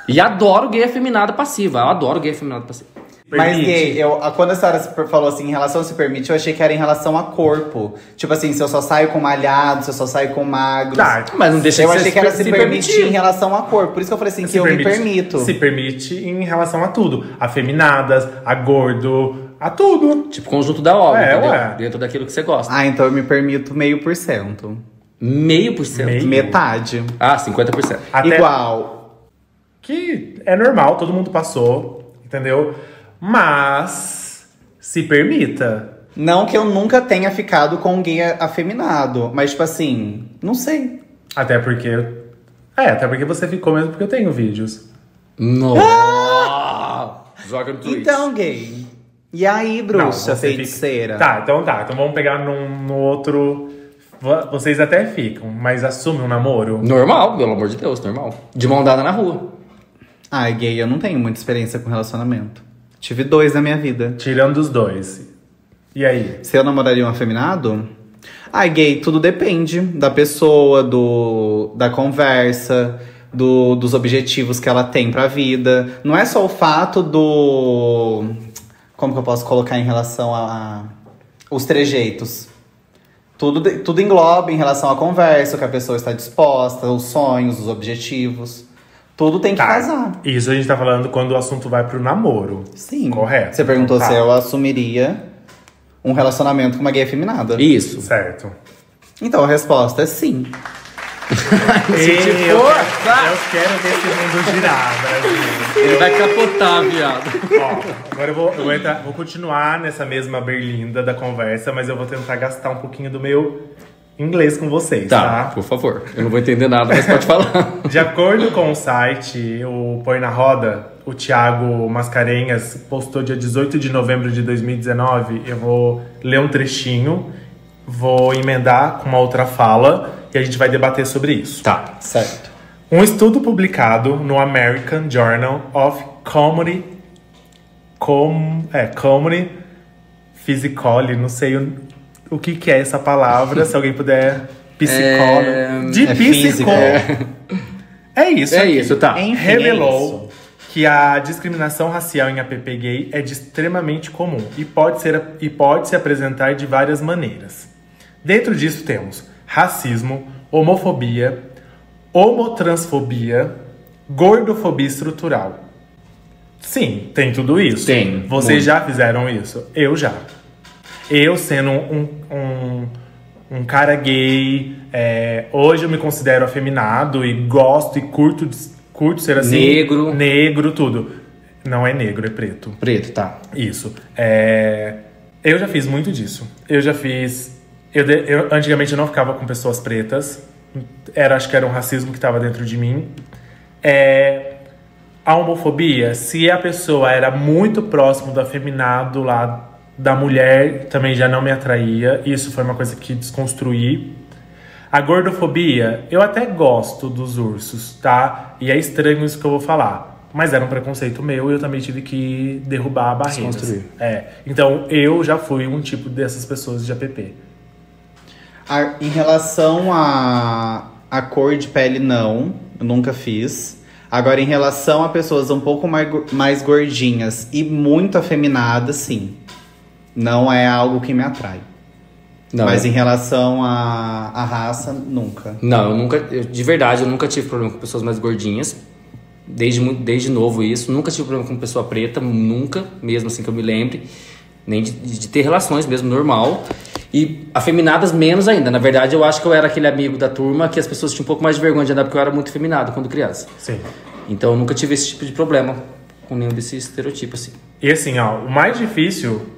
S4: E adoro gay afeminado passiva. Eu adoro gay afeminado passiva.
S2: Mas
S1: Permite.
S2: gay, eu, a- quando a senhora se per- falou assim, em relação se permite, eu achei que era em relação a corpo. Tipo assim, se eu só saio com malhado, se eu só saio com magro.
S1: Tá,
S4: Mas não deixa
S2: eu
S4: de
S2: achei
S4: ser-
S2: que era se, permitir, em
S4: permitir.
S2: relação a corpo. Por isso que eu falei assim, que eu me permito.
S1: Se permite em relação a tudo. A feminadas, a gordo, a tudo.
S4: Tipo, conjunto da obra,
S1: É,
S4: entendeu?
S1: ué.
S4: Dentro daquilo que você gosta.
S2: Ah, então eu me permito meio por cento.
S4: Meio por cento.
S1: Meio?
S2: Metade.
S4: Ah, 50%.
S1: Até
S2: Igual.
S1: que é normal, todo mundo passou, entendeu? Mas se permita.
S2: Não que eu nunca tenha ficado com um gay afeminado. Mas, tipo assim, não sei.
S1: Até porque. É, até porque você ficou mesmo porque eu tenho vídeos. Ah!
S4: Nossa! Joga no Twitch.
S2: Então, gay. E aí, bruxa,
S1: você fica-
S2: feiticeira?
S1: Tá, então tá. Então vamos pegar num, no outro. Vo- Vocês até ficam, mas assumem um namoro.
S4: Normal, pelo amor de Deus, normal. De mão dada na rua.
S2: Ai, gay, eu não tenho muita experiência com relacionamento. Tive dois na minha vida.
S1: Tirando os dois. E aí?
S2: Se eu namoraria um afeminado? Ai, gay, tudo depende da pessoa, do da conversa, do, dos objetivos que ela tem pra vida. Não é só o fato do. Como que eu posso colocar em relação a. a- os trejeitos. Tudo, de- tudo engloba em relação à conversa, o que a pessoa está disposta, os sonhos, os objetivos. Tudo tem que
S1: Tá.
S2: casar.
S1: Isso a gente tá falando quando o assunto vai pro namoro.
S2: Sim.
S1: Correto.
S2: Você perguntou
S1: Então tá.
S2: se eu assumiria um relacionamento com uma gay afeminada.
S4: Isso.
S1: Certo.
S2: Então a resposta é sim.
S1: Ei,
S4: te
S1: eu,
S4: for,
S1: quero, eu quero ver esse mundo girar, Brasil.
S4: Ele vai capotar, viado.
S1: Ó, agora eu, vou, eu vou, entrar- vou continuar nessa mesma berlinda da conversa, mas eu vou tentar gastar um pouquinho do meu inglês com vocês, tá?
S4: Tá, por favor. Eu não vou entender nada, mas pode falar.
S1: De acordo com o site, o Põe na Roda, o Thiago Mascarenhas postou dia 18 de novembro de 2019. Eu vou ler um trechinho, vou emendar com uma outra fala e a gente vai debater sobre isso.
S4: Tá.
S2: Certo.
S1: Um estudo publicado no American Journal of Comedy. Com, é, Comedy Physicology, não sei o, o que, que é essa palavra, se alguém puder. Psicólogo. de
S2: é
S1: psicó. É isso.
S4: É
S1: aqui.
S4: isso, tá.
S2: Enfim, é
S1: Revelou
S2: isso.
S1: que a discriminação racial em app gay é de extremamente comum e pode, ser, e pode se apresentar de várias maneiras. Dentro disso temos racismo, homofobia, homotransfobia, gordofobia estrutural. Sim, tem tudo isso.
S4: Tem,
S1: Vocês
S4: muito.
S1: já fizeram isso? Eu já. Eu sendo um, um, um cara gay, é, hoje eu me considero afeminado e gosto e curto, de- curto ser assim.
S4: Negro.
S1: Negro, tudo. Não é negro, é preto.
S4: Preto, tá.
S1: Isso. É, Eu já fiz muito disso. Eu já fiz. Eu, de- eu- antigamente eu não ficava com pessoas pretas. Era, acho que era um racismo que estava dentro de mim. É, a homofobia, se a pessoa era muito próximo do afeminado lá da mulher, também já não me atraía. Isso foi uma coisa que desconstruí. A gordofobia, eu até gosto dos ursos, tá? E é estranho isso que eu vou falar. Mas era um preconceito meu e eu também tive que derrubar a barreira.
S4: Desconstruir.
S1: É. Então eu já fui um tipo dessas pessoas de app.
S2: A- em relação à a, cor de pele, não. Eu nunca fiz. Agora, em relação a pessoas um pouco mais go- mais gordinhas e muito afeminadas, sim. Não é algo que me atrai.
S4: Não,
S2: Mas
S4: eu-
S2: em relação à à raça, nunca.
S4: não, eu nunca. eu- de verdade, eu nunca tive problema com pessoas mais gordinhas. Desde, muito- desde novo isso. Nunca tive problema com pessoa preta, nunca, mesmo assim que eu me lembre. Nem de, de ter relações mesmo, normal. E afeminadas menos ainda. Na verdade, eu acho que eu era aquele amigo da turma que as pessoas tinham um pouco mais de vergonha de andar porque eu era muito afeminado quando criança.
S1: Sim.
S4: Então eu nunca tive esse tipo de problema com nenhum desses estereotipos, assim.
S1: E assim, ó, o mais difícil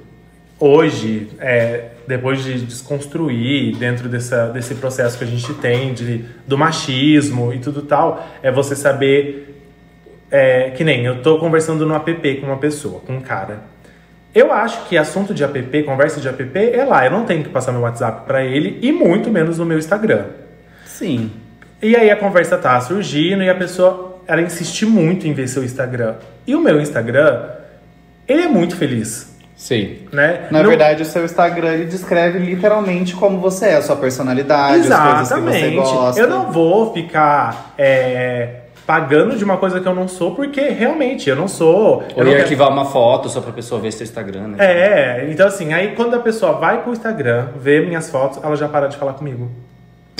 S1: hoje, é, depois de desconstruir dentro dessa, desse processo que a gente tem de, do machismo e tudo tal, é você saber. é, que nem eu tô conversando no app com uma pessoa, com um cara. Eu acho que assunto de app, conversa de app, é lá. Eu não tenho que passar meu WhatsApp pra ele e muito menos no meu Instagram.
S2: Sim.
S1: E aí a conversa tá surgindo e a pessoa, ela insiste muito em ver seu Instagram. E o meu Instagram, ele é muito feliz,
S4: Sei.
S1: né?
S2: Na
S1: Não-
S2: verdade, o seu Instagram ele descreve literalmente como você é, a sua personalidade, as coisas que você
S1: exatamente.
S2: gosta.
S1: Eu não vou ficar é, pagando de uma coisa que eu não sou, porque realmente eu não sou.
S4: Ou
S1: Eu
S4: ia
S1: não quero-
S4: arquivar uma foto só pra pessoa ver seu Instagram, né?
S1: É, então assim, aí quando a pessoa vai pro Instagram, vê minhas fotos, ela já para de falar comigo.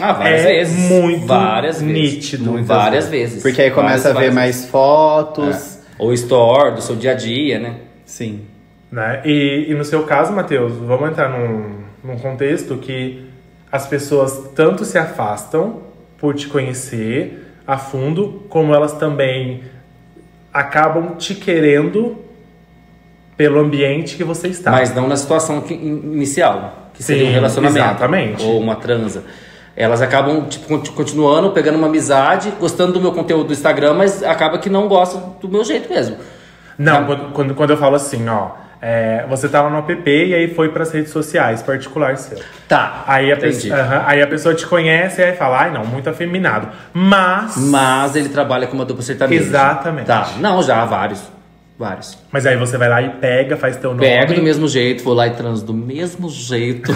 S4: Ah, várias
S1: É
S4: vezes.
S1: muito
S4: várias
S1: nítido,
S4: Vezes.
S1: muitas
S4: Várias
S1: vezes.
S4: vezes.
S2: Porque aí começa
S4: Várias,
S2: a ver
S4: várias
S2: mais
S1: É.
S2: fotos.
S4: vezes. Ou store do seu dia a dia, né?
S2: Sim.
S1: Né? E, e no seu caso, Matheus, vamos entrar num, num contexto que as pessoas tanto se afastam por te conhecer a fundo, como elas também acabam te querendo pelo ambiente que você está.
S4: Mas não na situação que- in- inicial, que seria
S1: Tá. Sim,
S4: um relacionamento.
S1: exatamente.
S4: Ou uma transa. Elas acabam tipo, conti- continuando, pegando uma amizade, gostando do meu conteúdo do Instagram, mas acaba que não gosta do meu jeito mesmo.
S1: Não, quando, quando, quando eu falo assim, ó, é, você tava no app e aí foi pras redes sociais, particular seu.
S4: Tá.
S1: Aí a,
S4: entendi.
S1: pessoa, aham, aí a pessoa te conhece e aí fala, ai não, muito afeminado. Mas.
S4: Mas ele trabalha com uma dupla sertaneja.
S1: Exatamente.
S4: Tá. Não, já, vários. Vários.
S1: Mas aí você vai lá e pega, faz teu nome.
S4: Pego do mesmo jeito, vou lá e transo do mesmo jeito.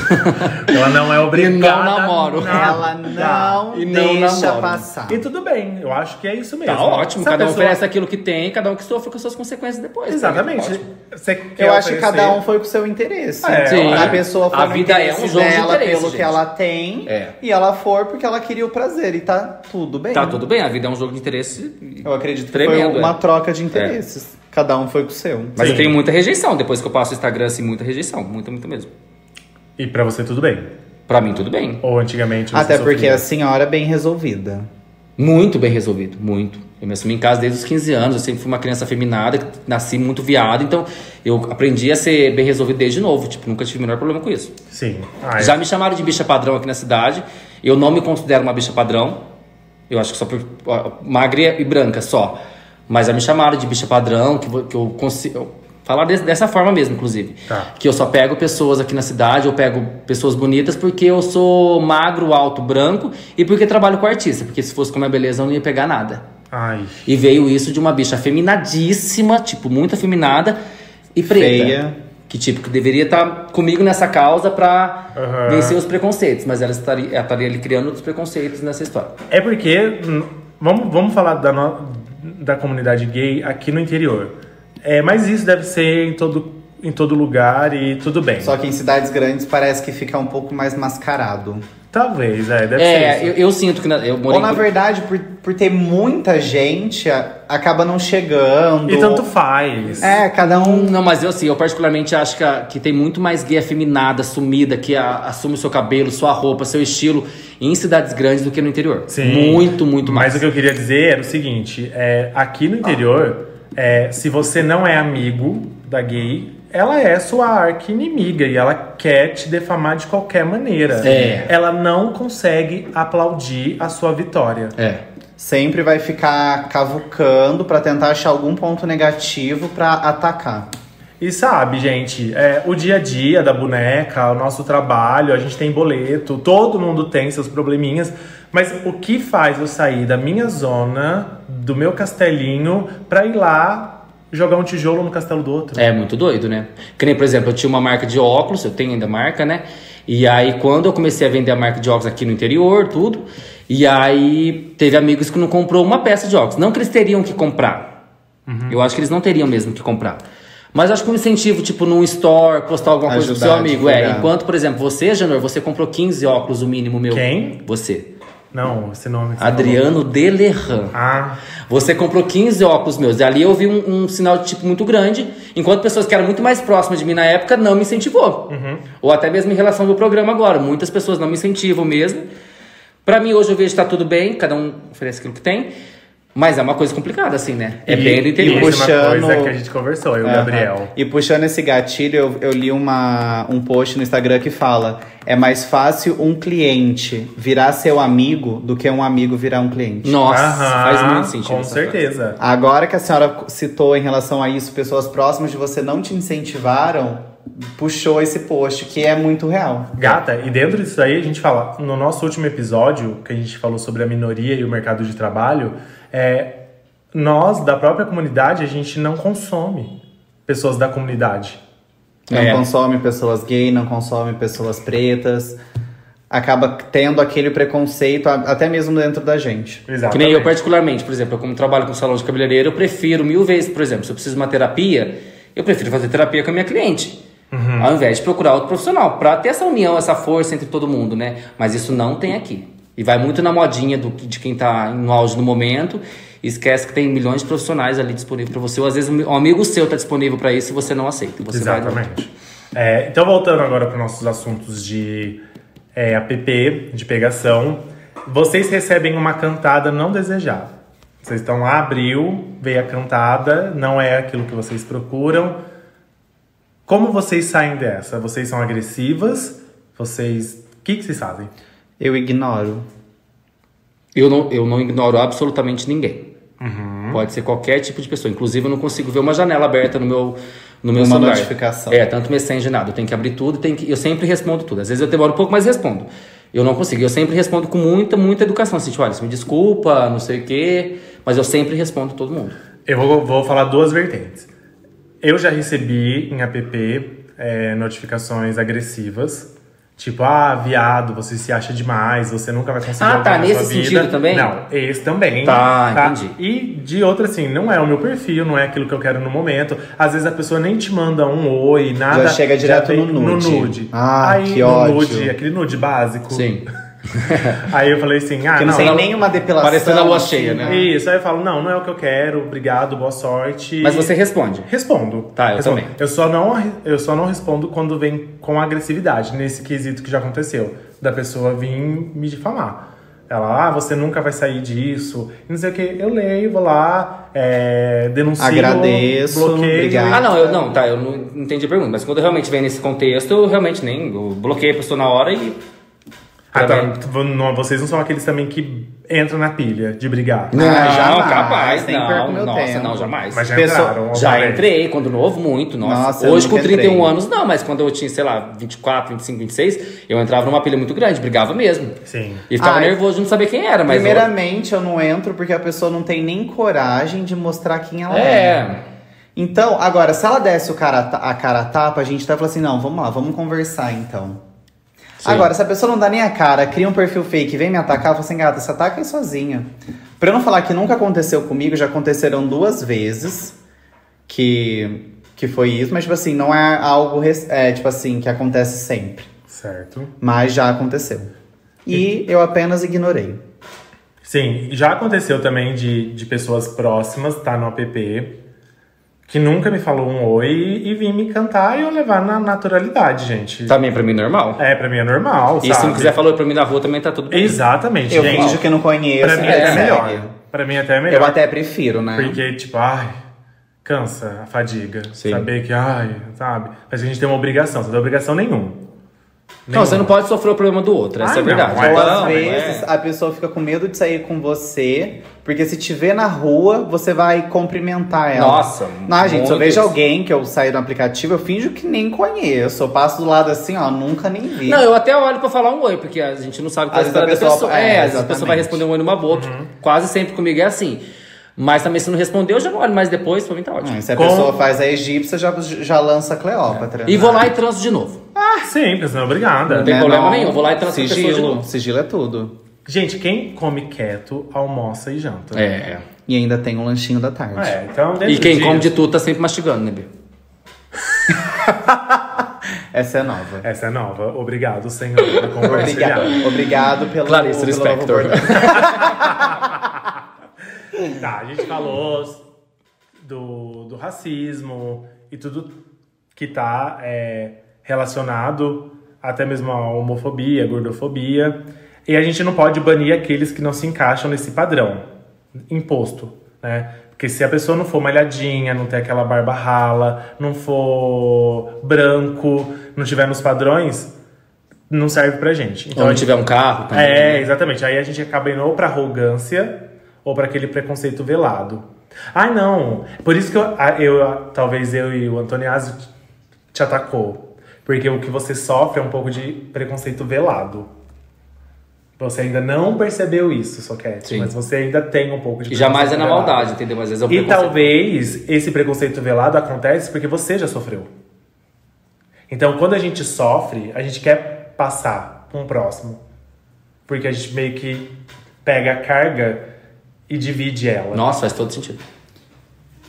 S1: Ela não é obrigada.
S4: E não namoro.
S1: a
S2: Ela
S1: nada.
S2: não,
S4: E não
S2: deixa
S4: namora. né?
S2: passar.
S1: E tudo bem, eu acho que é isso mesmo.
S4: tá ótimo,
S1: Se a
S4: cada um
S1: pessoa-
S4: oferece aquilo que tem, cada um que sofre com as suas consequências depois. né?
S1: Exatamente.
S4: Ótimo.
S1: Você quer
S2: Eu acho que
S1: oferecer-
S2: cada um foi com o seu interesse.
S1: É, Sim.
S2: A pessoa foi
S4: A
S2: no
S4: vida é
S2: interesse
S4: um jogo de
S2: dela
S4: interesse,
S2: pelo
S4: gente.
S2: que ela tem.
S4: É.
S2: E ela for porque ela queria o prazer. E tá tudo bem.
S4: Tá tudo bem, a vida é um jogo de interesse.
S2: Eu acredito que
S4: Tremendo,
S2: foi uma
S4: é.
S2: troca de interesses. Cada um foi com o seu.
S4: Mas eu
S1: Sim.
S4: tenho muita rejeição. Depois que eu passo o Instagram, assim, muita rejeição. Muita, muita mesmo.
S1: E pra você tudo bem.
S4: Pra mim, tudo bem.
S1: Ou antigamente você
S2: Até porque
S1: sofria.
S2: a senhora é bem resolvida.
S4: Muito bem resolvido, muito. Eu me assumi em casa desde os 15 anos, eu sempre fui uma criança afeminada, que nasci muito viado, então eu aprendi a ser bem resolvido desde novo, tipo, nunca tive o menor problema com isso.
S1: Sim. Ah, é.
S4: Já me chamaram de bicha padrão aqui na cidade. Eu não me considero uma bicha padrão. Eu acho que só por ó, magra e branca só. Mas já me chamaram de bicha padrão, que, vo- que eu consigo. Falar desse- dessa forma mesmo, inclusive.
S1: Tá.
S4: Que eu só pego pessoas aqui na cidade, eu pego pessoas bonitas porque eu sou magro, alto, branco e porque trabalho com artista. Porque se fosse com a minha beleza, eu não ia pegar nada.
S1: Ai.
S4: E veio isso de uma bicha afeminadíssima, tipo, muito afeminada e preta.
S2: Feia.
S4: Que, tipo, que deveria estar comigo nessa causa pra
S1: Aham.
S4: vencer os preconceitos. Mas ela estaria, ela estaria ali criando outros preconceitos nessa história.
S1: É porque. hum, Vamos, vamos falar da, no- da comunidade gay aqui no interior. É, mas isso deve ser em todo, em todo lugar e tudo bem.
S2: Só que em cidades grandes parece que fica um pouco mais mascarado.
S1: Talvez, é, deve ser
S4: É,
S1: isso.
S4: eu, eu sinto que... na- eu morei
S2: Ou na
S4: em-
S2: verdade, por, por ter muita gente, a- acaba não chegando.
S1: E tanto faz.
S2: É, cada um.
S4: Não, mas eu assim, eu particularmente acho que, a- que tem muito mais gay afeminada, sumida, que a- assume o seu cabelo, sua roupa, seu estilo em cidades grandes do que no interior.
S1: Sim.
S4: Muito, muito mais.
S1: Mas o que eu queria dizer era o seguinte: é, aqui no interior, é, se você não é amigo da gay, ela é sua arqui-inimiga e ela quer te defamar de qualquer maneira.
S4: É.
S1: Ela não consegue aplaudir a sua vitória.
S4: É.
S2: Sempre vai ficar cavucando pra tentar achar algum ponto negativo pra atacar.
S1: E sabe, gente, é, o dia a dia da boneca, o nosso trabalho, a gente tem boleto, todo mundo tem seus probleminhas, mas o que faz eu sair da minha zona, do meu castelinho, pra ir lá jogar um tijolo no castelo do outro?
S4: É muito doido, né? Que nem, por exemplo, eu tinha uma marca de óculos, eu tenho ainda marca, né? E aí, quando eu comecei a vender a marca de óculos aqui no interior, tudo, e aí teve amigos que não comprou uma peça de óculos. Não que eles teriam que comprar. Eu acho que eles não teriam mesmo que comprar. Mas acho que um incentivo, tipo, num store, postar alguma coisa pro
S2: Ajudar,
S4: seu amigo. É,
S2: divulgar.
S4: enquanto, por exemplo, você, Janor, você comprou 15 óculos o mínimo meu.
S1: Quem? tá
S4: Você.
S1: Não, esse nome. que você
S4: Adriano Delerran.
S1: falou. Ah,
S4: Você comprou 15 óculos meus. E ali eu vi um, um sinal de tipo muito grande. Enquanto pessoas que eram muito mais próximas de mim na época não me incentivou.
S1: Uhum.
S4: Ou até mesmo em relação ao meu programa agora. Muitas pessoas não me incentivam mesmo. Pra mim, hoje eu vejo que tá tudo bem, cada um oferece aquilo que tem. Mas é uma coisa complicada, assim, né? É
S1: e-
S4: bem do
S1: E
S4: interior.
S1: isso é uma coisa
S2: Puxando-
S1: que a gente conversou, eu e o
S2: Aham.
S1: Gabriel.
S2: E puxando esse gatilho, eu, eu li uma, um post no Instagram que fala: é mais fácil um cliente virar seu amigo do que um amigo virar um cliente.
S4: Nossa,
S1: Aham,
S4: faz muito sentido.
S1: Com
S4: essa
S1: certeza.
S2: Agora que a senhora citou em relação a isso, pessoas próximas de você não te incentivaram, puxou esse post, que é muito real.
S1: Gata, e dentro disso aí a gente fala, no nosso último episódio, que a gente falou sobre a minoria e o mercado de trabalho, é, nós, da própria comunidade, a gente não consome pessoas da comunidade.
S2: Não
S4: É.
S2: consome pessoas gay, não consome pessoas pretas. Acaba tendo aquele preconceito, a- até mesmo dentro da gente.
S1: Exato.
S4: Que nem eu, particularmente, por exemplo, eu como trabalho com salão de cabeleireiro, eu prefiro mil vezes, por exemplo, se eu preciso de uma terapia, eu prefiro fazer terapia com a minha cliente. Ao invés de procurar outro profissional, pra ter essa união, essa força entre todo mundo, né? Mas isso não tem aqui. E vai muito na modinha do, de quem tá no auge no momento. e Esquece que tem milhões de profissionais ali disponíveis pra você. Ou às vezes um amigo seu tá disponível pra isso e você não aceita. Você vai-
S1: Exatamente. É, então, voltando agora para nossos assuntos de é, app, de pegação. Vocês recebem uma cantada não desejada. Vocês estão lá, abriu, veio a cantada, não é aquilo que vocês procuram. Como vocês saem dessa? Vocês são agressivas? Vocês. O que, que vocês fazem?
S2: Eu ignoro.
S4: Eu não, eu não ignoro absolutamente ninguém. Pode ser qualquer tipo de pessoa. Inclusive, eu não consigo ver uma janela aberta no meu, no meu
S2: Uma
S4: celular.
S2: notificação.
S4: É, tanto Messenger, nada. Eu tenho que abrir tudo, tenho que, eu sempre respondo tudo. Às vezes eu demoro um pouco, mas respondo. Eu não consigo. Eu sempre respondo com muita, muita educação. Assim, tipo, olha, você me desculpa, não sei o quê. Mas eu sempre respondo todo mundo.
S1: Eu vou, vou falar duas vertentes. Eu já recebi em app é, notificações agressivas. Tipo, ah, viado, você se acha demais, você nunca vai conseguir
S4: Ah,
S1: algo
S4: tá,
S1: na
S4: nesse
S1: sua vida.
S4: sentido também?
S1: Não, esse também.
S4: Tá, entendi.
S1: E de outra, assim, não é o meu perfil, não é aquilo que eu quero no momento. Às vezes a pessoa nem te manda um oi, nada.
S2: Já chega direto
S1: vem
S2: no nude.
S1: nude.
S2: Ah,
S1: Aí,
S2: que
S1: no
S2: ódio.
S1: nude, aquele nude básico.
S4: Sim.
S1: Aí eu falei assim, ah,
S2: Porque não,
S1: não,
S2: tem
S1: não-
S2: nenhuma depilação.
S4: Parecendo a lua cheia, né?
S1: Isso, aí eu falo, não, não é o que eu quero, obrigado, boa sorte.
S4: Mas você responde.
S1: Respondo.
S4: Tá, eu
S1: Respondo.
S4: também.
S1: Eu só, não, eu só não respondo quando vem com agressividade, nesse quesito que já aconteceu. Da pessoa vir me difamar. Ela, ah, você nunca vai sair disso. E não sei o que. Eu leio, vou lá, é, denuncio,
S2: Agradeço,
S1: bloqueio.
S2: obrigado.
S4: Ah, não, eu não, tá, eu não entendi a pergunta. Mas quando eu realmente venho nesse contexto, eu realmente nem. Eu bloqueei a pessoa na hora e.
S1: Ah, tá,
S4: Também.
S1: não, vocês não são aqueles também que entram na pilha de brigar.
S2: Não, jamais,
S4: Ah, capaz,
S2: nem perco
S4: não.
S2: meu
S4: Nossa,
S2: tempo.
S4: não, jamais.
S1: Mas já é
S2: Pessoa-
S1: entraram.
S4: Já
S1: obviamente.
S4: entrei quando novo, muito, nossa.
S2: Nossa, eu
S4: Hoje com
S2: nunca
S4: 31
S2: entrei.
S4: anos não, mas quando eu tinha, sei lá, 24, 25, 26, eu entrava numa pilha muito grande, brigava mesmo.
S1: Sim.
S4: E ficava
S2: Ah,
S4: nervoso de não saber quem era, mas hoje-
S2: Primeiramente, eu não entro porque a pessoa não tem nem coragem de mostrar quem ela é.
S4: é.
S2: Então, agora, se ela desse o cara, a ta- a cara a tapa, a gente tá falando assim, não, vamos lá, vamos conversar então.
S4: Sim.
S2: Agora, se a pessoa não dá nem a cara, cria um perfil fake, vem me atacar, eu falo assim, gata, se ataca aí sozinha. Pra eu não falar que nunca aconteceu comigo, já aconteceram duas vezes que, que foi isso, mas tipo assim, não é algo, res- é, tipo assim, que acontece sempre.
S1: Certo.
S2: Mas já aconteceu. E eu apenas ignorei.
S1: Sim, já aconteceu também de, de pessoas próximas, tá no app, que nunca me falou um oi e, e vim me cantar e eu levar na naturalidade, gente.
S4: Também pra mim normal.
S1: É, pra mim é normal,
S4: Tá. E se
S1: sabe?
S4: não quiser falar pra mim na rua também tá tudo bem.
S1: Exatamente,
S2: Eu
S1: gente.
S2: finjo que não conheço.
S1: pra mim é
S2: mas
S1: até
S2: segue.
S1: melhor. Pra mim até é melhor.
S2: Eu até prefiro, né?
S1: Porque, tipo, ai, cansa a fadiga.
S4: Sim.
S1: Saber que, ai, sabe? Mas a gente tem uma obrigação, você não tem obrigação nenhuma.
S4: Não, você não pode sofrer o problema do outro, essa
S1: Ah,
S4: é a verdade.
S1: não,
S2: Ou
S1: Mas
S2: às
S4: não,
S2: vezes
S4: é.
S2: a pessoa fica com medo de sair com você, porque se te vê na rua, você vai cumprimentar ela.
S4: Nossa,
S2: Não, gente, se eu
S4: muitos.
S2: vejo alguém que eu saio no aplicativo, eu finjo que nem conheço. Eu passo do lado assim, ó, nunca nem vi.
S4: Não, eu até olho pra falar um oi, porque a gente não sabe qual é a
S2: Às vezes a
S4: história da
S2: pessoa-
S4: pessoa.
S2: é,
S4: É, às vezes a pessoa
S2: exatamente.
S1: Uhum.
S4: vai responder um oi numa boca. Quase sempre comigo é assim. Mas também se não respondeu, eu já não olho mais depois, pra mim tá ótimo.
S2: Hum, se a
S1: Com-
S2: pessoa faz a egípcia, já, já lança a Cleópatra.
S4: E
S2: né?
S4: vou lá e transo de novo.
S1: Ah, sempre, não é obrigada.
S4: Não tem
S2: Né,
S4: problema nenhum, vou lá e transo com a pessoa de
S2: Sigilo,
S4: novo.
S2: sigilo é tudo.
S1: Gente, quem come quieto, almoça e janta.
S4: É.
S2: E ainda tem um lanchinho da tarde.
S1: É, então dentro
S4: E quem
S1: disso-
S4: come de tudo tá sempre mastigando, né, Bia?
S2: Essa é nova.
S1: Essa é nova. Obrigado, senhor, por compartilhar.
S2: Obrigado, obrigado pelo,
S4: é Clarice
S2: pelo novo
S4: Lispector.
S2: bordão.
S1: Tá, a gente falou do, do racismo e tudo que tá é, relacionado até mesmo à homofobia, gordofobia. E a gente não pode banir aqueles que não se encaixam nesse padrão imposto, né? Porque se a pessoa não for malhadinha, não ter aquela barba rala, não for branco, não tiver nos padrões, não serve pra gente.
S4: Ou
S1: Então a
S4: não
S1: gente
S4: tiver um carro também.
S1: é, exatamente. Aí a gente acaba indo ou pra arrogância ou pra aquele preconceito velado. Ah, não. Por isso que eu, a- eu- talvez eu e o Antoniazzi te atacou. Porque o que você sofre é um pouco de preconceito velado. Você ainda não percebeu isso, Soquete.
S4: Sim.
S1: Mas você ainda tem um pouco de
S4: E jamais é
S1: preconceito
S4: na
S1: velado.
S4: maldade, entendeu? Mas às vezes é um
S1: E
S4: preconceito.
S1: talvez esse preconceito velado acontece porque você já sofreu. Então, quando a gente sofre, a gente quer passar com o próximo. Porque a gente meio que pega a carga e divide ela.
S4: Nossa, faz todo sentido.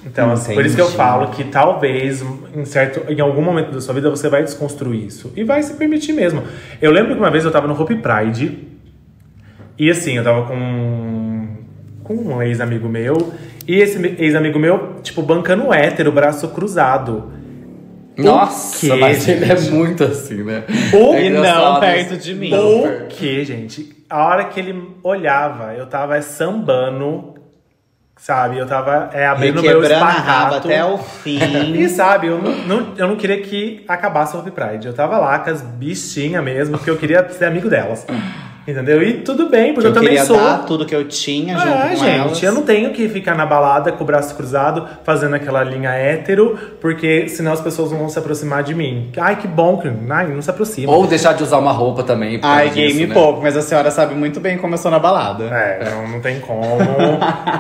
S1: Então, assim, por
S2: Entendi.
S1: isso que eu falo que talvez em, certo, em algum momento da sua vida você vai desconstruir isso. E vai se permitir mesmo. Eu lembro que uma vez eu tava no Hope Pride. E assim, eu tava com, com um ex-amigo meu. E esse me- ex-amigo meu, tipo, bancando hétero, braço cruzado.
S4: Nossa,
S1: quê,
S4: mas ele é
S1: gente?
S4: muito assim, né?
S1: O-
S4: É engraçado isso.
S2: de mim.
S1: O que, gente? A hora que ele olhava, eu tava é, sambando, sabe? Eu tava é, abrindo meu
S2: Requebrando a raba
S1: espacate.
S2: até o fim.
S1: E sabe, eu não, não- eu não queria que acabasse o Hope Pride. Eu tava lá com as bichinhas mesmo, porque eu queria ser amigo delas. Entendeu? E tudo bem, porque eu, também
S2: queria
S1: sou.
S2: dar tudo que eu tinha junto
S1: É,
S2: com
S1: gente,
S2: elas.
S1: eu não tenho que ficar na balada com o braço cruzado, fazendo aquela linha hétero, porque senão as pessoas não vão se aproximar de mim. Ai, que bom que ai, não se aproxima.
S4: Ou deixar de usar uma roupa também. por
S2: Ai,
S4: causa
S2: gay
S4: disso,
S2: me
S4: né?
S2: pouco, mas a senhora sabe muito bem como eu sou na balada.
S1: É, não, não tem como.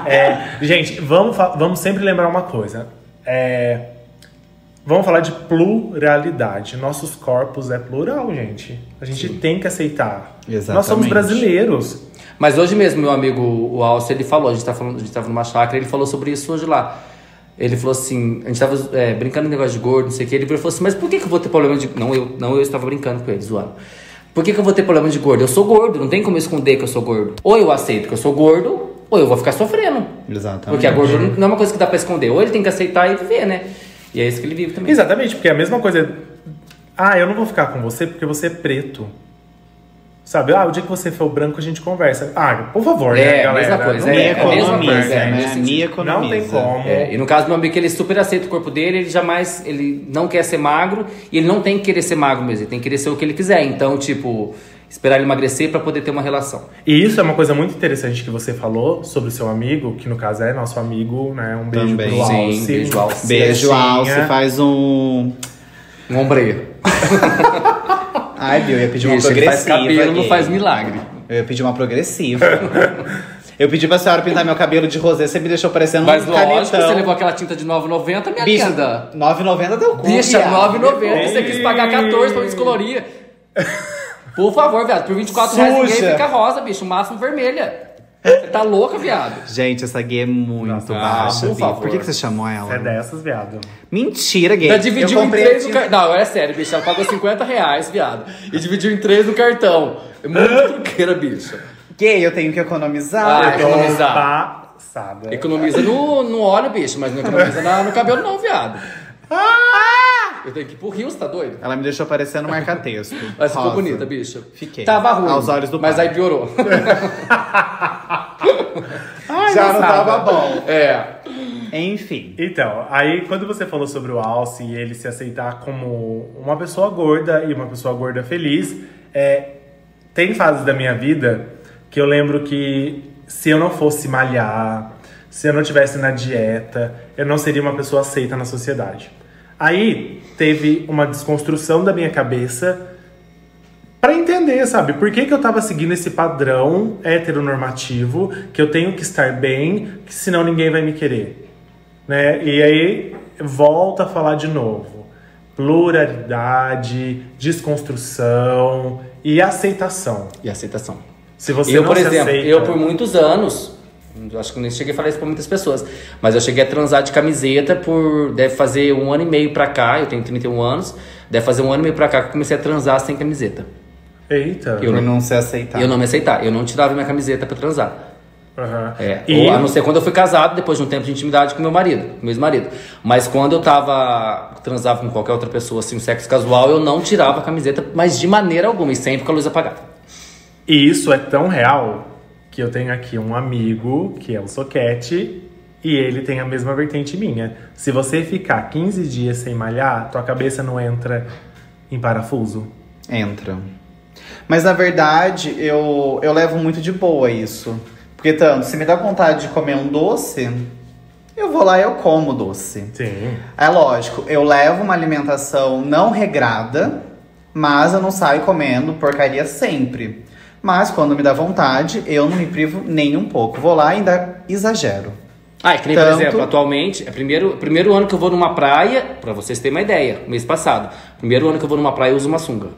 S1: É, gente, vamos, fa- vamos sempre lembrar uma coisa. É, vamos falar de pluralidade. Nossos corpos é plural, gente. A gente tem que aceitar. Nós somos
S2: Exatamente.
S1: brasileiros.
S4: Mas hoje mesmo, meu amigo o Alce, ele falou, a gente, tá falando, a gente tava numa chácara, ele falou sobre isso hoje lá. Ele falou assim, a gente tava é, brincando no negócio de gordo, não sei o que, ele falou assim, mas por que, que eu vou ter problema de... Não eu, não eu estava brincando com ele, zoando. Por que, que eu vou ter problema de gordo? Eu sou gordo, não tem como eu esconder que eu sou gordo. Ou eu aceito que eu sou gordo, ou eu vou ficar sofrendo.
S2: Exatamente.
S4: Porque a gordura não é uma coisa que dá pra esconder. Ou ele tem que aceitar e viver, né? E é isso que ele vive também.
S1: Exatamente, porque é a mesma coisa. Ah, eu não vou ficar com você porque você é preto. Sabe? Ah, o dia que você for branco a gente conversa. Ah, por favor, né,
S4: É,
S1: galera?
S4: mesma coisa,
S1: Não
S4: é,
S1: tem
S2: Me
S4: a mesma
S1: como,
S2: economiza,
S4: coisa, é,
S2: né?
S4: nesse
S2: Me
S4: sentido.
S2: economiza.
S1: Não tem como.
S4: É, e no caso do meu amigo, que ele super aceita o corpo dele, ele jamais, ele não quer ser magro, e ele não tem que querer ser magro mesmo, ele tem que querer ser o que ele quiser. Então, tipo, esperar ele emagrecer pra poder ter uma relação.
S1: E isso é uma coisa muito interessante que você falou sobre o seu amigo, que no caso é nosso amigo, né? Um beijo
S2: Também.
S1: pro
S4: Sim,
S1: Alce. um É
S4: beijo, Alce.
S2: Beijo,
S1: Alcinha.
S2: Alce, faz um...
S4: Um ombreio.
S2: Ai, Bill, eu ia pedir uma
S4: Bicho, ele faz
S2: progressiva.
S4: cabelo, não
S2: gay.
S4: faz milagre.
S2: Eu ia pedir uma progressiva. eu pedi pra senhora pintar meu cabelo de rosé, você me deixou parecendo
S4: Mas
S2: um
S4: lógico,
S2: canetão.
S4: você levou aquela tinta de 9,90, minha
S2: Bicho,
S4: querida.
S2: 9,90 deu cu,
S4: Bicha,
S2: viado.
S4: 9,90, você quis pagar 14 pra me descolorir. Por favor, viado, por 24 reais ninguém
S2: Suja.
S4: fica rosa, bicho, o máximo vermelha. Você tá louca, viado.
S2: Gente, essa gay é muito
S1: Nossa,
S2: baixa,
S4: por
S2: Bi.
S4: favor.
S2: Por que, que você chamou ela?
S1: É dessas, viado.
S2: Mentira, gay.
S4: Já dividiu
S2: Eu
S4: Tá em
S2: comprei
S4: três
S2: a
S4: no
S2: tinta-
S4: cartão. Não, é sério, bicho. Ela pagou 50 reais, viado. E dividiu em três no cartão. É Muito truqueira, bicho.
S2: Gay, eu tenho que economizar.
S4: Ah,
S2: eu tô-
S4: economizar.
S1: Passada.
S4: Economiza no, no óleo, bicho, mas não economiza na- no cabelo, não, viado.
S2: Ah!
S4: Eu tenho que ir pro Rio, você tá doido?
S2: Ela me deixou parecendo um marca-texto.
S4: Mas ficou
S2: Rosa.
S4: bonita, bicho.
S2: Fiquei.
S4: Tava ruim.
S2: Aos olhos do
S4: Mas
S2: pai.
S4: aí piorou.
S2: Já não tava bom.
S4: é.
S2: Enfim.
S1: Então, aí quando você falou sobre o Alce e ele se aceitar como uma pessoa gorda e uma pessoa gorda feliz, é, tem fases da minha vida que eu lembro que se eu não fosse malhar, se eu não tivesse na dieta, eu não seria uma pessoa aceita na sociedade. Aí teve uma desconstrução da minha cabeça Pra entender, sabe, por que, que eu tava seguindo esse padrão heteronormativo, que eu tenho que estar bem, que senão ninguém vai me querer. Né? E aí volta a falar de novo. Pluralidade, desconstrução e aceitação.
S4: E aceitação.
S1: Se você
S4: eu,
S1: não
S4: por
S1: se
S4: exemplo,
S1: aceita,
S4: eu por muitos anos, acho que nem cheguei a falar isso pra muitas pessoas, mas eu cheguei a transar de camiseta por. Deve fazer um ano e meio pra cá, eu tenho 31 anos, deve fazer um ano e meio pra cá que eu comecei a transar sem camiseta.
S1: Eita.
S4: eu
S2: Por
S4: não-
S2: não ser
S1: Tá.
S2: aceitar.
S4: E eu não me aceitar, eu não tirava minha camiseta pra transar.
S1: Aham.
S4: É,
S1: E-
S4: ou, a não ser quando eu fui casado, depois de um tempo de intimidade com meu marido, com meu ex-marido. Mas quando eu tava transava com qualquer outra pessoa, assim, um sexo casual, eu não tirava a camiseta, mas de maneira alguma, e sempre com a luz apagada.
S1: E isso é tão real que eu tenho aqui um amigo que é o Soquete e ele tem a mesma vertente minha. Se você ficar 15 dias sem malhar, tua cabeça não entra em parafuso.
S2: Entra. Mas na verdade, eu, eu levo muito de boa isso. Porque tanto, se me dá vontade de comer um doce, eu vou lá e eu como doce.
S1: Sim.
S2: É lógico, eu levo uma alimentação não regrada, mas eu não saio comendo porcaria sempre. Mas quando me dá vontade, eu não me privo nem um pouco. Vou lá e ainda exagero.
S4: Ah, é que nem,
S2: Tanto-
S4: por exemplo, atualmente, é primeiro, primeiro ano que eu vou numa praia, pra vocês terem uma ideia, mês passado. Primeiro ano que eu vou numa praia, eu uso uma sunga.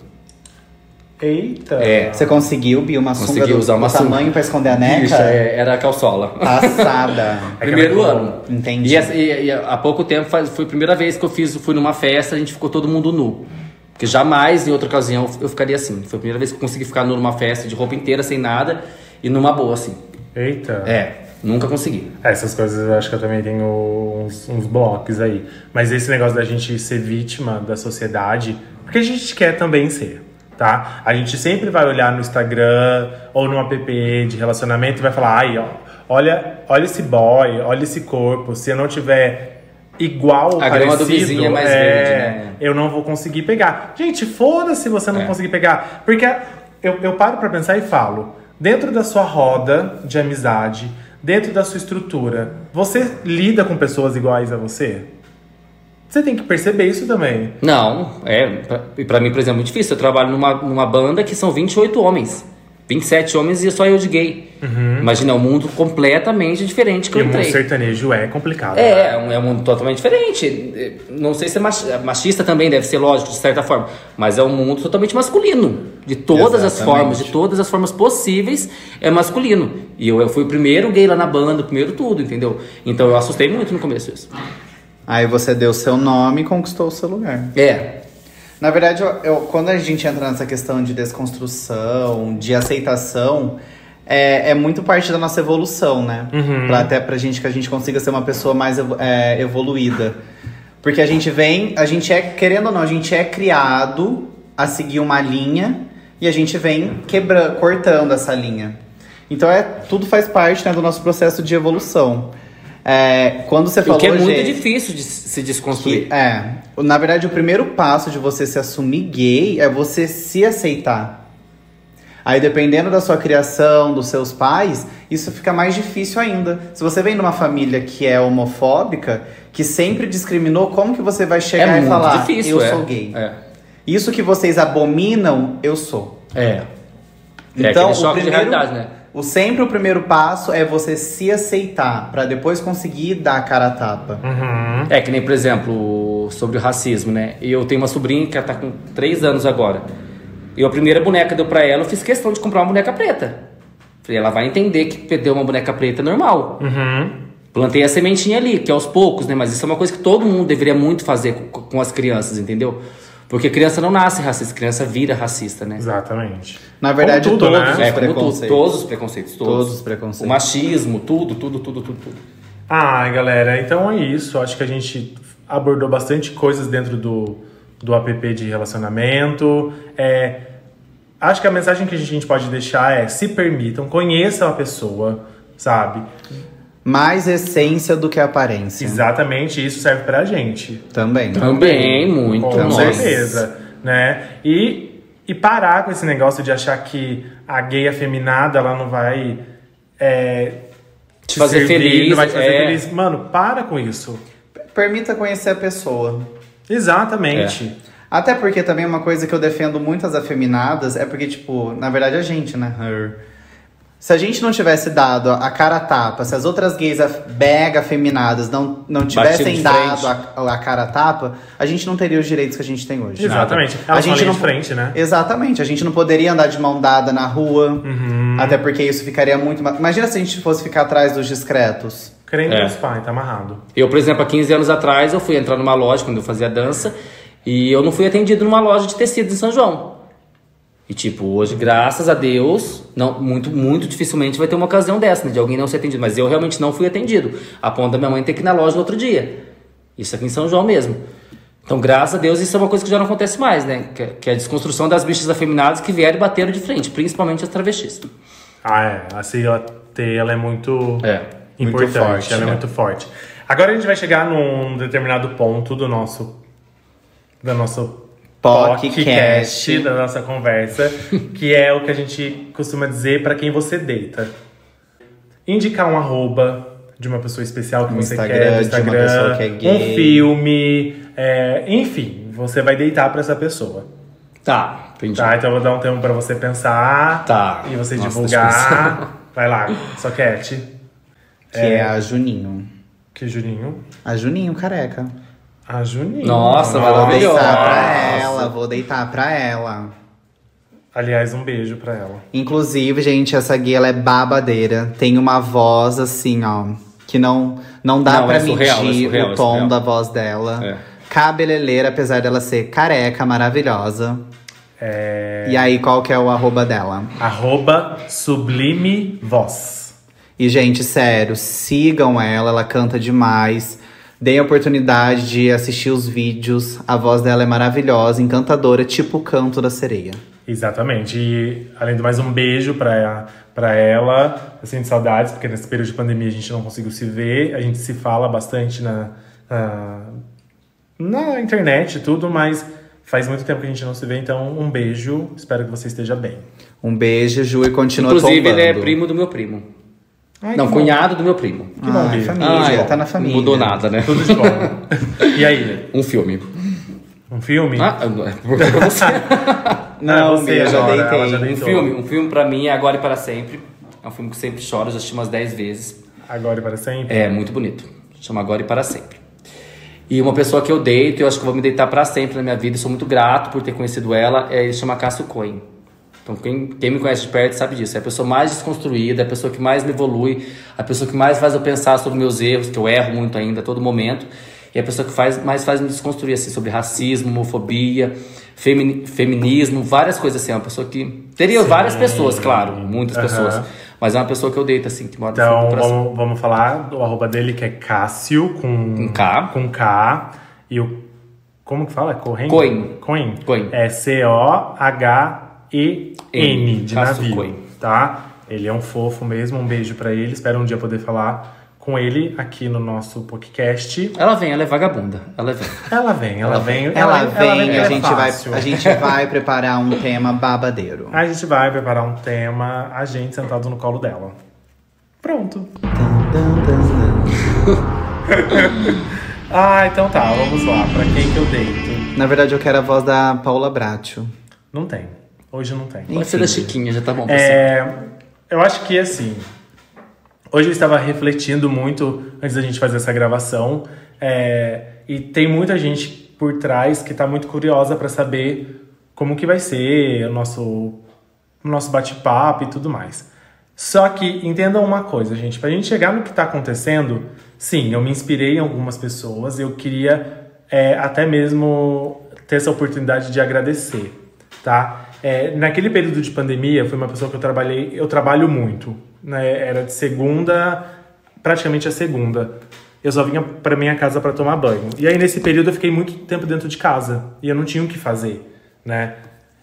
S1: Eita.
S4: É.
S2: Você conseguiu, Bia, uma sunga
S4: Consegui
S2: do,
S4: usar uma
S2: do
S4: sunga.
S2: tamanho pra esconder a neca?
S4: Bicha, é- era a calçola.
S2: Passada.
S4: primeiro
S1: bom.
S4: ano.
S2: Entendi.
S4: E, assim- essa- e- e há pouco tempo, faz- foi a primeira vez que eu fiz, fui numa festa, a gente ficou todo mundo nu. Porque jamais, em outra ocasião, eu ficaria assim. Foi a primeira vez que eu consegui ficar nu numa festa, de roupa inteira, sem nada, e numa boa, assim.
S1: Eita.
S4: É, nunca consegui.
S1: Essas coisas eu acho que eu também tenho uns, uns blocos aí. Mas esse negócio da gente ser vítima da sociedade, porque a gente quer também ser, tá? A gente sempre vai olhar no Instagram ou no app de relacionamento e vai falar: ai, ó, olha, olha esse boy, olha esse corpo. Se eu não tiver igual ou
S4: A grama do
S1: parecido,
S4: vizinho é mais verde, né?
S1: eu não vou conseguir pegar. Gente, foda-se se você não
S4: É.
S1: conseguir pegar. Porque eu, eu paro pra pensar e falo: dentro da sua roda de amizade, dentro da sua estrutura, você lida com pessoas iguais a você? Você tem que perceber isso também.
S4: Não, é. pra- E pra mim, por exemplo, é muito difícil. Eu trabalho numa, numa banda que são 28 homens. 27 homens e só eu de gay. Imagina, é um mundo completamente diferente que
S1: Uhum. E
S4: eu
S1: o mundo
S4: entrei.
S1: sertanejo é complicado.
S4: É, é um, é um mundo totalmente diferente. É, Não sei se é machi- machista também, deve ser lógico, de certa forma. Mas é um mundo totalmente masculino. De todas as
S2: Exatamente.
S4: formas, de todas as formas possíveis, é masculino. E eu, eu fui o primeiro gay lá na banda, o primeiro tudo, entendeu? Então eu assustei muito no começo isso.
S2: Aí você deu seu nome e conquistou o seu lugar.
S4: É,
S2: Na verdade, eu- eu- quando a gente entra nessa questão de desconstrução, de aceitação, é, é muito parte da nossa evolução, né?
S4: Uhum.
S2: Pra, até pra gente que a gente consiga ser uma pessoa mais evo- é, evoluída. Porque a gente vem, a gente é, querendo ou não, a gente é criado a seguir uma linha e a gente vem quebra, cortando essa linha. Então é, tudo faz parte né, do nosso processo de evolução. É, quando você
S4: o
S2: falou,
S4: que é muito
S2: gente,
S4: difícil de se desconstruir.
S2: que, é. Na verdade, o primeiro passo de você se assumir gay é você se aceitar. Aí, dependendo da sua criação, dos seus pais, isso fica mais difícil ainda. Se você vem de uma família que é homofóbica, que sempre discriminou, como que você vai
S4: é
S2: chegar e
S4: muito
S2: falar,
S4: difícil,
S2: eu
S4: é.
S2: sou gay?
S4: É.
S2: Isso que vocês abominam, eu sou.
S4: É. É
S2: Então,
S4: aquele
S2: o
S4: choque de
S2: primeiro-
S4: realidade, né?
S2: O, sempre o primeiro passo é você se aceitar, pra depois conseguir dar a cara a tapa.
S1: Uhum.
S4: É que nem, por exemplo, sobre o racismo, né? Eu tenho uma sobrinha que ela tá com 3 anos agora. E a primeira boneca deu pra ela, eu fiz questão de comprar uma boneca preta. Falei, ela vai entender que perder uma boneca preta é normal.
S1: Uhum.
S4: Plantei a sementinha ali, que aos poucos, né? Mas isso é uma coisa que todo mundo deveria muito fazer com, com as crianças, entendeu? Porque criança não nasce racista, criança vira racista, né?
S1: Exatamente.
S2: Na verdade,
S1: Como tudo,
S2: todos
S1: né?
S2: os
S4: É, como tu,
S2: preconceitos.
S4: todos os preconceitos, todos.
S2: Todos os preconceitos.
S4: O machismo, tudo, tudo, tudo, tudo, tudo.
S1: Ah, galera, então é isso. Acho que a gente abordou bastante coisas dentro do, do app de relacionamento. É, acho que a mensagem que a gente pode deixar é: se permitam, conheçam a pessoa, sabe?
S2: Mais essência do que aparência.
S1: Exatamente isso serve pra gente.
S2: Também.
S4: Também, muito,
S1: Com
S4: nossa.
S1: certeza, né? E, e parar com esse negócio de achar que a gay afeminada, ela não vai... é,
S4: Te fazer feliz,
S1: não vai te fazer
S4: é.
S1: feliz. Mano, para com isso.
S2: Permita conhecer a pessoa.
S1: Exatamente.
S2: Até porque também uma coisa que eu defendo muito as afeminadas é porque, tipo, na verdade a gente, né? Her. Se a gente não tivesse dado a cara a tapa, se as outras gays af- mega afeminadas não, não tivessem
S4: de
S2: dado a, a cara a tapa, a gente não teria os direitos que a gente tem
S4: É.
S2: hoje.
S1: Exatamente.
S2: A
S1: Elas
S2: gente
S1: falam
S2: não
S1: de frente, né?
S2: Exatamente, a gente não poderia andar de mão dada na rua,
S4: Uhum.
S2: até porque isso ficaria muito. ma- Imagina se a gente fosse ficar atrás dos discretos.
S1: Crente
S4: É.
S1: dos pais, tá amarrado.
S4: Eu, por exemplo, há 15 anos atrás, eu fui entrar numa loja quando eu fazia dança e eu não fui atendido numa loja de tecidos em São João. E tipo, hoje, graças a Deus, não muito muito dificilmente vai ter uma ocasião dessa, né, de alguém não ser atendido, mas eu realmente não fui atendido, a ponto da minha mãe ter que ir na loja no outro dia. Isso aqui em São João mesmo. Então, graças a Deus, isso é uma coisa que já não acontece mais, né? Que, que é a desconstrução das bichas afeminadas que vieram e bateram de frente, principalmente as travestis.
S1: Ah, é. A sigla T, ela é muito
S4: É,
S2: muito
S1: importante.
S2: forte,
S1: ela é,
S2: né?
S1: muito forte. Agora a gente vai chegar num determinado ponto do nosso... Da nosso...
S2: Podcast.
S1: da nossa conversa, que é o que a gente costuma dizer pra quem você deita. Indicar um arroba de uma pessoa especial que
S2: Um
S1: você
S2: Instagram,
S1: quer,
S2: de
S1: do
S2: uma
S1: Instagram,
S2: pessoa que é
S1: um
S2: gay.
S1: filme, é, enfim, você vai deitar pra essa pessoa.
S4: Tá, entendi.
S1: Tá, então eu vou dar um tempo pra você pensar.
S4: Tá.
S1: E você
S4: Nossa, deixa eu
S1: divulgar. Vai lá, Soquete.
S2: Que é. a Juninho.
S1: Que Juninho.
S2: A Juninho careca.
S1: A Juninho.
S4: Nossa,
S2: Vou
S4: maravilhosa.
S2: deitar pra
S4: Nossa.
S2: ela, vou deitar pra ela.
S1: Aliás, um beijo pra ela.
S2: Inclusive, gente, essa guia ela é babadeira. Tem uma voz assim, ó, que não não dá
S4: Não,
S2: pra
S4: é surreal,
S2: medir
S4: é surreal,
S2: o
S4: é
S2: tom
S4: surreal.
S2: da voz dela.
S4: É.
S2: Cabeleireira, apesar dela ser careca, maravilhosa.
S1: É...
S2: E aí, qual que é o arroba dela?
S1: Arroba Sublime Voz.
S2: E, gente, sério, sigam ela, ela canta demais. Deem a oportunidade de assistir os vídeos. A voz dela é maravilhosa, encantadora, tipo o canto da sereia.
S1: Exatamente. E além do mais, um beijo pra, pra ela. Eu sinto saudades, porque nesse período de pandemia a gente não conseguiu se ver. A gente se fala bastante na, na, na internet e tudo, mas faz muito tempo que a gente não se vê. Então, um beijo. Espero que você esteja bem.
S2: Um beijo, Ju, e continua
S4: Inclusive,
S2: tombando.
S4: ele é primo do meu primo.
S1: Ai,
S4: Não,
S1: que bom.
S4: cunhado do meu primo.
S1: Que é. bom,
S2: Ah,
S1: beijo.
S2: família,
S4: Ah,
S2: tá na família.
S4: Não mudou nada, né?
S1: Tudo de bom. e aí,
S4: Um filme.
S1: um filme?
S4: Ah, eu não- é pra você.
S1: Ah,
S2: Não,
S1: você
S2: beijo,
S1: agora,
S2: eu
S1: ela
S2: deitei.
S1: já deitou.
S4: um filme. Um filme pra mim é Agora e Para Sempre. É um filme que eu sempre choro, já assisti umas 10 vezes.
S1: Agora e para sempre?
S4: É muito bonito. Chama Agora e Para Sempre. E uma pessoa que eu deito, eu acho que eu vou me deitar pra sempre na minha vida. e Sou muito grato por ter conhecido ela. É, ele chama Cássio Cohen. Então quem, quem me conhece de perto sabe disso. É a pessoa mais desconstruída, é a pessoa que mais me evolui, a pessoa que mais faz eu pensar sobre meus erros, que eu erro muito ainda a todo momento. E é a pessoa que faz, mais faz me desconstruir, assim, sobre racismo, homofobia, femini- feminismo, várias coisas assim. É uma pessoa que. Teria várias pessoas, claro, muitas
S1: Aham.
S4: pessoas. Mas é uma pessoa que eu deito, assim, que mora
S1: Então,
S4: no fundo do coração.
S1: vamos, vamos falar do arroba dele, que é Cássio, com...
S4: Com K.
S1: Com K. E o... Como que fala? Corrente?
S4: Coen.
S1: Coin.
S4: Coen.
S1: É C-O-H-E-N,
S4: N,
S1: de
S4: Cássio
S1: navio,
S4: Coen.
S1: tá? Ele é um fofo mesmo, um beijo pra ele. Espero um dia poder falar com ele aqui no nosso podcast.
S4: Ela vem, ela é vagabunda. Ela vem.
S1: Ela vem, ela, vem.
S2: Ela, vem,
S1: porque
S2: a,
S1: é
S2: gente vai,
S1: fácil.
S2: a gente vai preparar um tema babadeiro.
S1: A gente vai preparar um tema, a gente sentado no colo dela. Pronto. Ah, então tá, vamos lá. Pra quem que eu deito?
S2: Na verdade, eu quero a voz da Paula Bracho.
S1: Não tem. Hoje não tem.
S4: Pode ser da Chiquinha, já tá bom. pra você.
S1: É, eu acho que assim. Hoje eu estava refletindo muito antes da gente fazer essa gravação. é, e tem muita gente por trás que está muito curiosa para saber como que vai ser o nosso, o nosso bate-papo e tudo mais. Só que entendam uma coisa, gente. Pra gente chegar no que tá acontecendo, sim, eu me inspirei em algumas pessoas. Eu queria é, até mesmo ter essa oportunidade de agradecer, tá? É, naquele período de pandemia, eu fui uma pessoa que eu trabalhei, eu trabalho muito, né? Era de segunda, praticamente a segunda. Eu só vinha pra minha casa para tomar banho. E aí nesse período eu fiquei muito tempo dentro de casa e eu não tinha o que fazer, né?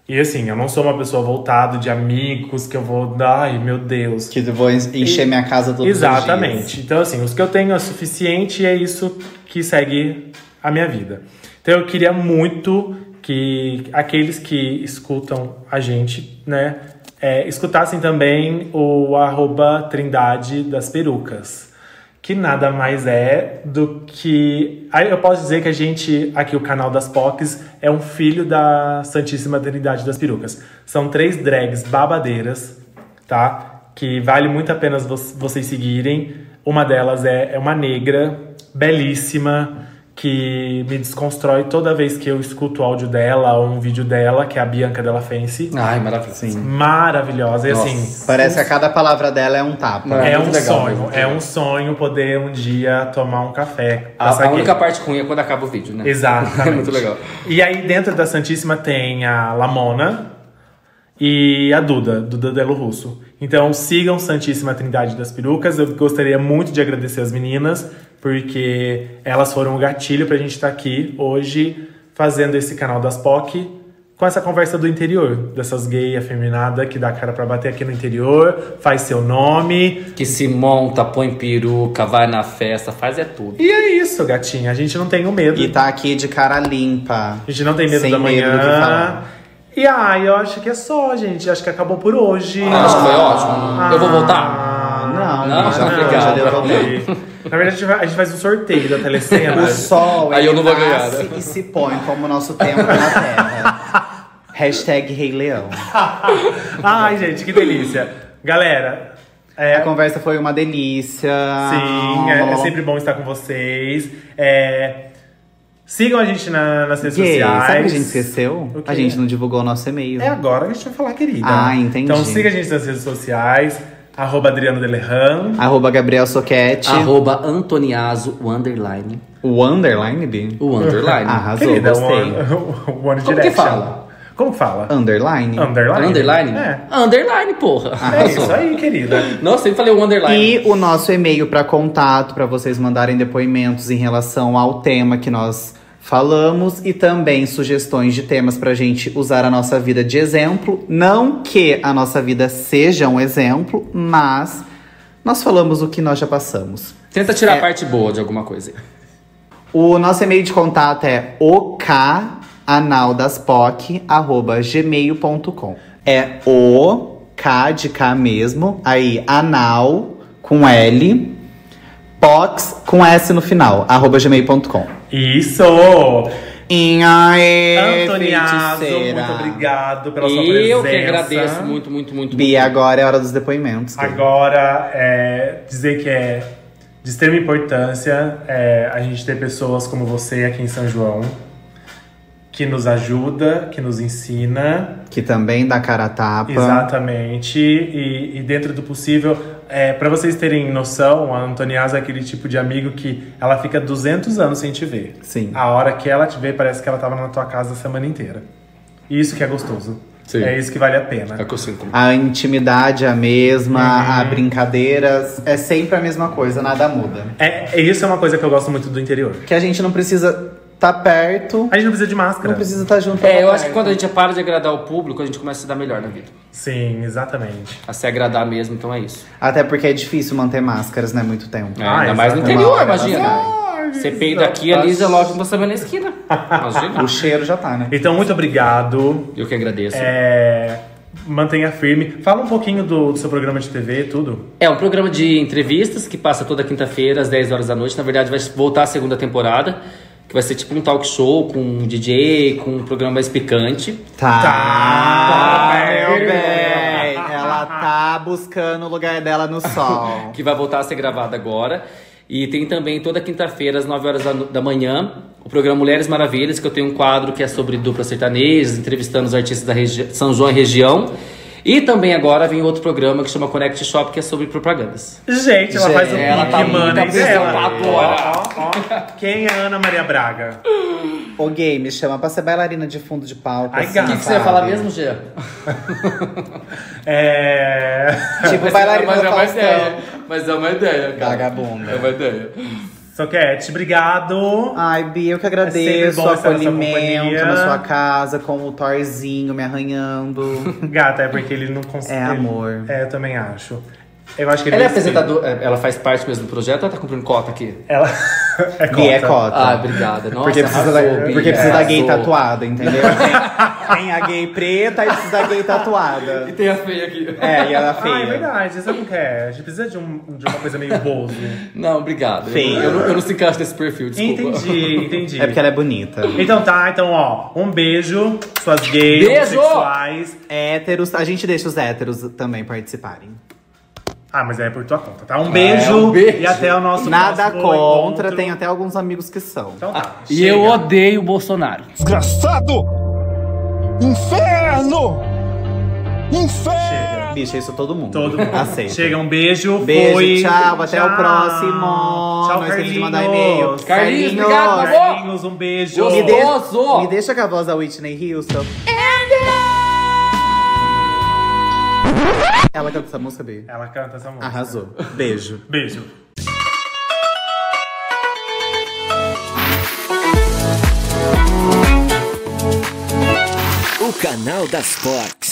S1: E assim, eu não sou uma pessoa voltada de amigos que eu vou, ai meu Deus,
S2: Que eu vou encher minha casa todos
S1: Exatamente.
S2: os dias.
S1: Então, assim, os que eu tenho é suficiente e é isso que segue a minha vida. Então, eu queria muito que aqueles que escutam a gente, né, é, escutassem também o arroba Trindade das Perucas, que nada mais é do que. Aí eu posso dizer que a gente, aqui o canal das POCs, é um filho da Santíssima Trindade das Perucas. São três drags babadeiras, tá? Que vale muito a pena vo- vocês seguirem. Uma delas é, é uma negra, belíssima, que me desconstrói toda vez que eu escuto o áudio dela ou um vídeo dela, que é a Bianca Della Fence.
S4: Ai, maravilhoso.
S1: Maravilhosa. E assim,
S4: Nossa.
S2: Parece que a cada palavra dela é um tapa.
S4: É
S1: é um
S4: muito legal
S1: sonho,
S4: mesmo.
S1: é um sonho poder um dia tomar um café.
S4: A-
S1: passar
S4: A,
S1: aqui.
S4: única parte ruim é quando acaba o vídeo, né?
S1: Exatamente.
S4: É muito legal.
S1: E aí dentro da Santíssima tem a Lamona e a Duda, Duda Delo Russo. Então sigam Santíssima Trindade das Perucas. Eu gostaria muito de agradecer as meninas, porque elas foram o gatilho pra gente estar aqui hoje fazendo esse canal das POC. Com essa conversa do interior, dessas gay afeminada que dá a cara pra bater aqui no interior, faz seu nome,
S4: Que se monta, põe peruca, vai na festa, faz é tudo.
S1: E é isso, gatinha. A gente não tem o medo.
S2: E tá aqui de cara limpa.
S1: A gente não tem medo
S2: Sem
S1: da
S2: medo do que
S1: manhã.
S2: falar.
S1: e ai, eu acho que é só, gente. Acho que acabou por hoje.
S4: Ah, acho que foi ótimo. Eu vou voltar?
S1: Ah,
S2: Não,
S4: Não,
S2: já,
S4: não,
S2: já deu
S4: não.
S2: problema.
S1: Na verdade, a gente vai- a gente faz um sorteio da telecena.
S2: O sol
S4: Aí
S2: ele
S4: eu não vou ganhar,
S2: nasce
S4: né?
S2: e se põe como o nosso tempo na Terra. Hashtag Rei Leão.
S1: ai, gente, que delícia. Galera, é,
S2: A conversa foi uma delícia.
S1: sim, é, é sempre bom estar com vocês. É, sigam a gente na- nas redes
S2: Gay,
S1: sociais.
S2: sabe o que a gente esqueceu?
S1: O quê?
S2: A gente não divulgou o nosso e-mail.
S1: É agora que a gente vai falar, querida.
S2: Ah, entendi.
S1: Então siga a gente nas redes sociais. Arroba Adriano Delerran.
S2: Arroba Gabriel Soquete.
S4: Arroba Antoniazo, o underline.
S2: O underline, Bi?
S4: O underline.
S2: Arrasou,
S1: Querida, um
S2: gostei.
S1: One, One
S4: Como que
S1: Direction.
S4: fala?
S1: Como que fala?
S2: Underline.
S1: Underline.
S4: Underline? Ah,
S1: É.
S4: Underline, porra.
S1: É isso aí, querida.
S4: Nossa, sempre falei o underline.
S2: E o nosso e-mail para contato, para vocês mandarem depoimentos em relação ao tema que nós falamos e também sugestões de temas pra gente usar a nossa vida de exemplo. Não que a nossa vida seja um exemplo, mas nós falamos o que nós já passamos.
S4: Tenta tirar
S2: É.
S4: a parte boa de alguma coisa.
S2: O nosso e-mail de contato é okanaldaspoc@gmail.com. É o K de K mesmo, aí anal com L, pox com S no final, arroba gmail.com.
S1: Isso!
S2: E aí,
S1: Antoniazo,
S2: feiticeira.
S1: muito obrigado pela sua presença.
S4: É, Eu que agradeço muito, muito, muito.
S2: Bia,
S4: muito.
S2: agora é hora dos depoimentos. querida.
S1: Agora, é, dizer que é de extrema importância é, a gente ter pessoas como você aqui em São João, que nos ajuda, que nos ensina.
S2: Que também dá cara a tapa.
S1: Exatamente. E, e dentro do possível, é, para vocês terem noção, a Antoniasa é aquele tipo de amigo que ela fica 200 anos sem te ver.
S2: Sim.
S1: A hora que ela te vê, parece que ela tava na tua casa a semana inteira. E Isso que é gostoso.
S4: Sim.
S1: É isso que vale a pena.
S4: É o que eu sinto.
S2: A intimidade é a mesma,
S1: Uhum.
S2: a brincadeira é sempre a mesma coisa, nada muda.
S1: É, é- isso é uma coisa que eu gosto muito do interior.
S2: que a gente não precisa estar tá perto,
S1: A gente não precisa de máscara.
S2: não precisa estar tá junto.
S4: É,
S2: pra
S4: eu
S2: tá
S4: acho que
S2: perto.
S4: quando a gente para de agradar o público, a gente começa a se dar melhor na vida.
S1: Sim, exatamente.
S4: A se agradar mesmo, então é isso.
S2: Até porque é difícil manter máscaras, né? Muito tempo.
S4: É,
S1: Ah,
S4: ainda mais no
S1: exatamente.
S4: interior,
S2: Uma hora elas
S4: imagina. Você peida aqui, alisa logo você vai na esquina.
S2: O
S4: Imagina.
S2: cheiro já tá, né?
S1: Então, muito obrigado.
S4: Eu que agradeço. É.
S1: É, mantenha firme. Fala um pouquinho do, do seu programa de TV e tudo.
S4: um programa de entrevistas que passa toda quinta-feira, às 10 horas da noite. Na verdade, vai voltar a segunda temporada, que vai ser tipo um talk show com um DJ, com um programa mais picante.
S2: Tá.
S1: Tá,
S2: meu
S1: meu
S2: bem. Ela tá buscando o lugar dela no sol.
S4: que vai voltar a ser gravado agora. E tem também toda quinta-feira, às 9 horas da, da manhã, o programa Mulheres Maravilhas, que eu tenho um quadro que é sobre dupla sertaneja, entrevistando os artistas da regi- São João e região. E também agora vem outro programa que chama Connect Shop, que é sobre propagandas.
S1: Gente, ela
S2: Gente,
S1: faz o
S2: ela
S1: pique,
S2: tá muito
S1: mano. hein, dela.
S4: apresentadora.
S1: Ó, ó, ó. Quem é Ana Maria Braga?
S2: Ô, gay, me chama pra ser bailarina de fundo de palco.
S1: Ai,
S2: assim,
S1: gata.
S4: O que, que você ia
S2: sabe?
S4: falar mesmo, Gê?
S1: É...
S2: Tipo, bailarina
S4: mas,
S2: do
S4: é uma
S2: Faustão.
S4: ideia. Mas é uma ideia, cara.
S2: Vagabunda.
S4: É uma ideia.
S1: Soquete, é, obrigado.
S2: Ai, Bi, eu que
S1: É sempre
S2: agradeço
S1: bom
S2: o
S1: estar na sua
S2: acolhimento na
S1: companhia.
S2: sua casa, com o Thorzinho me arranhando.
S1: Gata, é porque ele não consegue.
S2: É amor.
S1: É, eu também acho. Eu acho que ele
S4: Ela é
S1: disse-
S4: apresentadora, ela faz parte mesmo do projeto ou ela tá cumprindo cota aqui?
S1: Ela é
S2: Bi é
S1: cota.
S2: cota.
S4: Ah, obrigada. Nossa,
S2: porque precisa,
S4: arrasou,
S2: da,
S4: Bia,
S2: porque precisa da gay
S4: arrasou.
S2: tatuada, entendeu? Tem, tem a gay preta e precisa da gay tatuada.
S4: E tem a feia aqui.
S2: É, e ela feia.
S1: Ah, é verdade, isso eu não quero. A gente precisa de, um, de uma coisa meio Bozo.
S4: Não, obrigado. Eu-
S2: Feia.
S4: Eu, não- eu não se encaixo nesse perfil, desculpa.
S1: entendi, entendi.
S2: É porque ela é bonita.
S1: Então tá, então ó, um beijo, suas gays,
S4: Beijo!
S1: homossexuais.
S2: Héteros, a gente deixa os héteros também participarem.
S1: Ah, mas é por tua conta, tá? Um beijo,
S4: um beijo.
S1: e até o nosso
S2: Nada
S1: próximo
S2: contra,
S1: um encontro.
S2: tem até alguns amigos que são.
S1: Então tá,
S5: E eu
S1: chega.
S5: odeio o Bolsonaro.
S6: Desgraçado! Inferno! Inferno!
S1: Chega.
S2: Bicha, isso todo mundo.
S1: Todo mundo.
S2: Aceita.
S1: Chega, um beijo.
S2: Beijo,
S1: foi.
S2: tchau, até o
S1: Tchau.
S2: próximo.
S1: Tchau,
S2: Não esqueça
S1: Carlinhos.
S2: de mandar e-mail.
S4: Carlinhos,
S2: Carlinhos.
S4: obrigado, tá bom?
S1: Carlinhos, um beijo.
S2: Me,
S4: dê-
S2: deixa,
S4: Gostoso!
S2: me deixa com a voz da Whitney Houston. Ela canta essa música, B.
S1: Ela canta
S2: né?
S1: essa música.
S2: Arrasou. Beijo.
S1: Beijo.
S3: O canal das Fox.